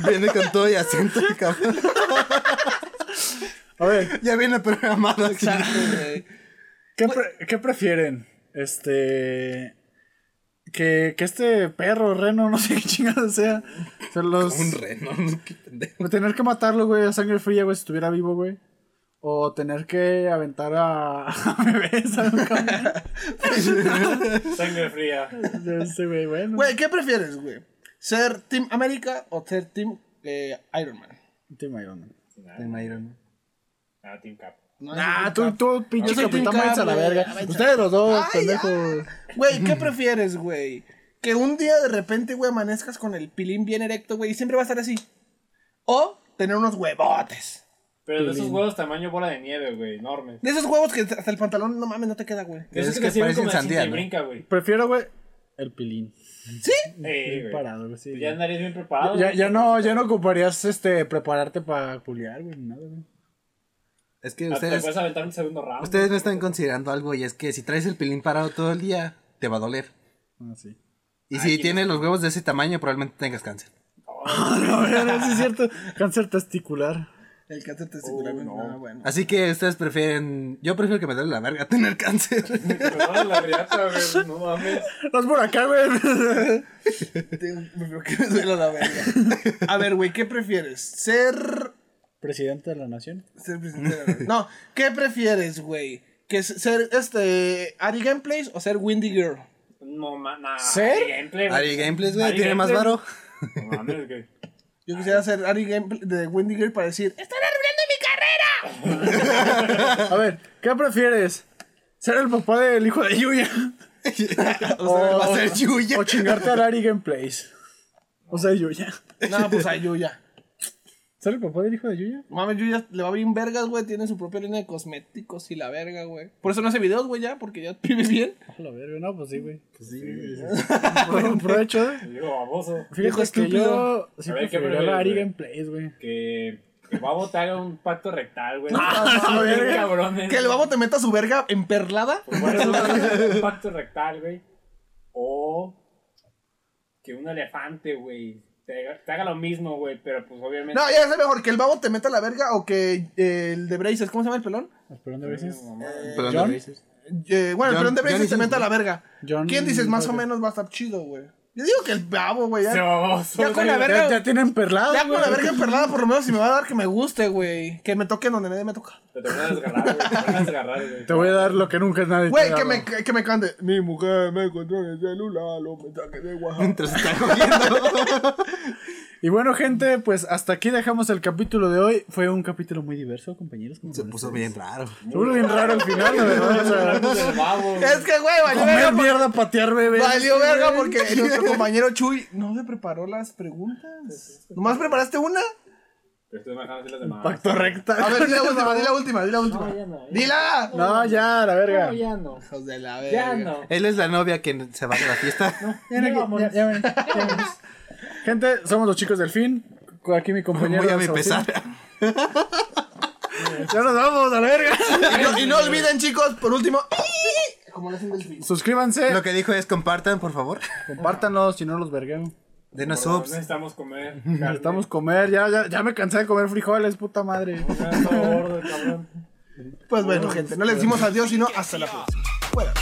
Speaker 6: Viene con todo y acento el cabrón. <laughs>
Speaker 3: A ver,
Speaker 6: Ya viene programado. así.
Speaker 3: ¿qué, pre- qué prefieren? Este. Que, que este perro, reno, no <laughs> sé qué chingada sea. Se los.
Speaker 6: Un reno, qué pendejo.
Speaker 3: Tener que matarlo, güey, a sangre fría, güey, si estuviera vivo, güey. O tener que aventar a, <laughs> a bebés a un cabrón.
Speaker 7: Sangre fría.
Speaker 3: Este, güey, bueno.
Speaker 5: Güey, ¿qué prefieres, güey? ¿Ser Team América o ser Team eh, Iron Man?
Speaker 3: Team Iron Man.
Speaker 6: De Iron Man.
Speaker 7: Ah, Team Cap.
Speaker 3: Nah, tú, tú, pinche
Speaker 5: Yo soy team
Speaker 3: capitán, váyanse a la
Speaker 5: Cap, güey,
Speaker 3: verga.
Speaker 5: váyanse a la
Speaker 3: Ustedes los dos,
Speaker 8: Ay,
Speaker 3: pendejos.
Speaker 5: Güey, ¿qué prefieres, güey? Que un día de repente, güey, amanezcas con el pilín bien erecto, güey, y siempre va a estar así. O tener unos huevotes.
Speaker 7: Pero de esos huevos tamaño bola de nieve, güey, enormes.
Speaker 5: De esos huevos que hasta el pantalón, no mames, no te queda, güey.
Speaker 7: De esos
Speaker 4: Es
Speaker 7: que,
Speaker 4: que
Speaker 7: te sirven
Speaker 4: parecen
Speaker 7: como
Speaker 4: sandía,
Speaker 7: sandía,
Speaker 4: ¿no?
Speaker 7: brinca, güey.
Speaker 3: Prefiero, güey, el pilín.
Speaker 7: Eh,
Speaker 3: Bien
Speaker 7: güey.
Speaker 3: parado, güey, sí,
Speaker 7: Pues
Speaker 3: güey.
Speaker 7: Ya andarías bien
Speaker 5: Ah,
Speaker 7: preparado.
Speaker 3: Ya,
Speaker 7: güey.
Speaker 3: ya no, ya no ocuparías este, prepararte para culiar, güey, ni nada, güey.
Speaker 6: Es que
Speaker 7: Ah, Te
Speaker 6: ustedes,
Speaker 7: puedes aventar un segundo round.
Speaker 6: ustedes no están considerando algo y es que si traes el pilín parado todo el día, te va a doler.
Speaker 3: Ah, sí.
Speaker 6: Y si tienes los huevos de ese tamaño, probablemente tengas cáncer.
Speaker 3: No, no, <laughs> sí es cierto. Cáncer testicular.
Speaker 5: El cáncer
Speaker 3: Oh,
Speaker 5: testicular, güey. no, Ah, bueno.
Speaker 6: Así que ustedes prefieren. Yo prefiero que me duele la verga <laughs> tener cáncer.
Speaker 7: Pues, No, la riata, güey, pues, no mames.
Speaker 3: No es por acá, güey.
Speaker 5: Prefiero que me duela la verga. A ver, güey, ¿qué prefieres? ¿Ser
Speaker 3: <laughs> Presidente de la nación.
Speaker 5: Ser presidente de la verga. No, ¿qué prefieres, güey? ¿Que s- ser este Ari Gameplays o ser Windy Girl?
Speaker 7: No mames.
Speaker 3: ¿Ser?
Speaker 6: Ari Gameplays, güey, tiene más varo. <laughs>
Speaker 7: No mames, güey.
Speaker 5: Yo quisiera ser Ari Gameplay de Windy Girl para decir, ¡Están arruinando mi carrera!
Speaker 3: A ver, ¿qué prefieres? ¿Ser el papá del hijo de Yuya?
Speaker 6: O va a ser Yuya.
Speaker 3: O chingarte a Larry Gameplays. O sea, Yuya.
Speaker 5: No, pues a Yuya.
Speaker 3: ¿Ser el papá del hijo de Yuya?
Speaker 5: Mames, Yuya le va bien vergas, güey. Tiene su propia línea de cosméticos y la verga, güey. Por eso no hace videos, güey, ya, porque ya vive bien.
Speaker 3: A la verga, no, pues sí, güey. Pues sí, güey. Provecho, eh.
Speaker 7: Digo, baboso.
Speaker 3: Fíjate
Speaker 5: Viejo
Speaker 3: que
Speaker 5: estúpido.
Speaker 3: yo sí
Speaker 7: A ver,
Speaker 3: preferiría
Speaker 7: ¿qué prefieres,
Speaker 3: la Ari
Speaker 7: güey?
Speaker 3: Gameplays, güey.
Speaker 7: Que, que va a votar un pacto rectal, güey. <laughs>
Speaker 3: la
Speaker 7: Bien
Speaker 3: verga.
Speaker 7: cabrones.
Speaker 5: Que el babo te meta su verga emperlada.
Speaker 7: Bueno, un pacto rectal, güey. O que un elefante, güey, te, haga- te haga lo mismo, güey, pero pues obviamente.
Speaker 8: No,
Speaker 7: No,
Speaker 8: ya sé mejor que el babo te meta la verga o que eh, el de Braces, ¿cómo se llama el pelón?
Speaker 3: Esperando a veces.
Speaker 6: Pero
Speaker 3: John.
Speaker 6: no,
Speaker 8: Eh, bueno, el pelón
Speaker 6: John-
Speaker 8: de
Speaker 6: Johnny
Speaker 8: Braces te
Speaker 6: Sins,
Speaker 8: meta la verga.
Speaker 3: John-
Speaker 8: ¿Quién dices más o
Speaker 3: Johnny.
Speaker 8: menos va a estar chido, güey? Yo digo que el babo, güey. Ya,
Speaker 7: baboso.
Speaker 8: ya con la
Speaker 3: Ya,
Speaker 8: verga.
Speaker 3: ya tienen perlado.
Speaker 8: Ya con la verga emperlada, por lo menos, si me va a dar que me guste, güey. Que me toque donde nadie me toca.
Speaker 7: Te van a desgarrar, güey. Te van a desgarrar, güey.
Speaker 3: Te voy a dar lo que nunca nadie te
Speaker 8: Güey,
Speaker 3: ha
Speaker 8: que
Speaker 3: dado.
Speaker 8: me, que me cante. Mi mujer me encontró en el celular, lo mensajes de WhatsApp.
Speaker 6: Mientras está cogiendo.
Speaker 3: Y bueno, gente, pues hasta aquí dejamos el capítulo de hoy. Fue un capítulo muy diverso, compañeros. como
Speaker 6: <laughs> Se
Speaker 3: ven
Speaker 6: puso
Speaker 3: ustedes.
Speaker 6: bien raro.
Speaker 3: Se puso bien raro el final, la
Speaker 8: <laughs>
Speaker 3: verdad. <laughs> o sea,
Speaker 7: El babo, güey.
Speaker 8: Es que, güey, valió verga.
Speaker 3: comer mierda, patear bebés.
Speaker 8: por- Valió verga <laughs> porque nuestro compañero Chuy no le preparó las preguntas. ¿Nomás preparaste una?
Speaker 7: Pero estoy imaginando las demás.
Speaker 3: Pacto recta.
Speaker 8: A ver, di <laughs> la última, di la última, di la última. ¡Dila!
Speaker 3: <laughs> No, ya, la verga.
Speaker 7: No, ya no.
Speaker 5: Hijos de la
Speaker 7: Ya
Speaker 5: verga.
Speaker 7: no.
Speaker 6: Él es la novia que se va de la fiesta.
Speaker 3: Ven aquí, ya- ya ven, ya ven. Gente, somos los chicos del fin. Con Aquí mi compañero.
Speaker 6: Voy a mi
Speaker 3: Saucillo.
Speaker 6: pesar. <laughs>
Speaker 3: Ya nos vamos, a la verga.
Speaker 8: Y no, y no olviden, chicos, por último. Como lo hacen del fin.
Speaker 3: Suscríbanse.
Speaker 6: Lo que dijo es compartan, por favor.
Speaker 3: Compártanlos si no los vergueo.
Speaker 6: Denos
Speaker 7: Pero
Speaker 6: subs.
Speaker 7: Necesitamos comer.
Speaker 3: Necesitamos comer. Ya, ya, ya me cansé de comer frijoles, puta madre.
Speaker 7: Carne. Todo gordo, cabrón.
Speaker 8: Pues bueno, gente, no les decimos adiós, sino hasta la próxima. Fuera.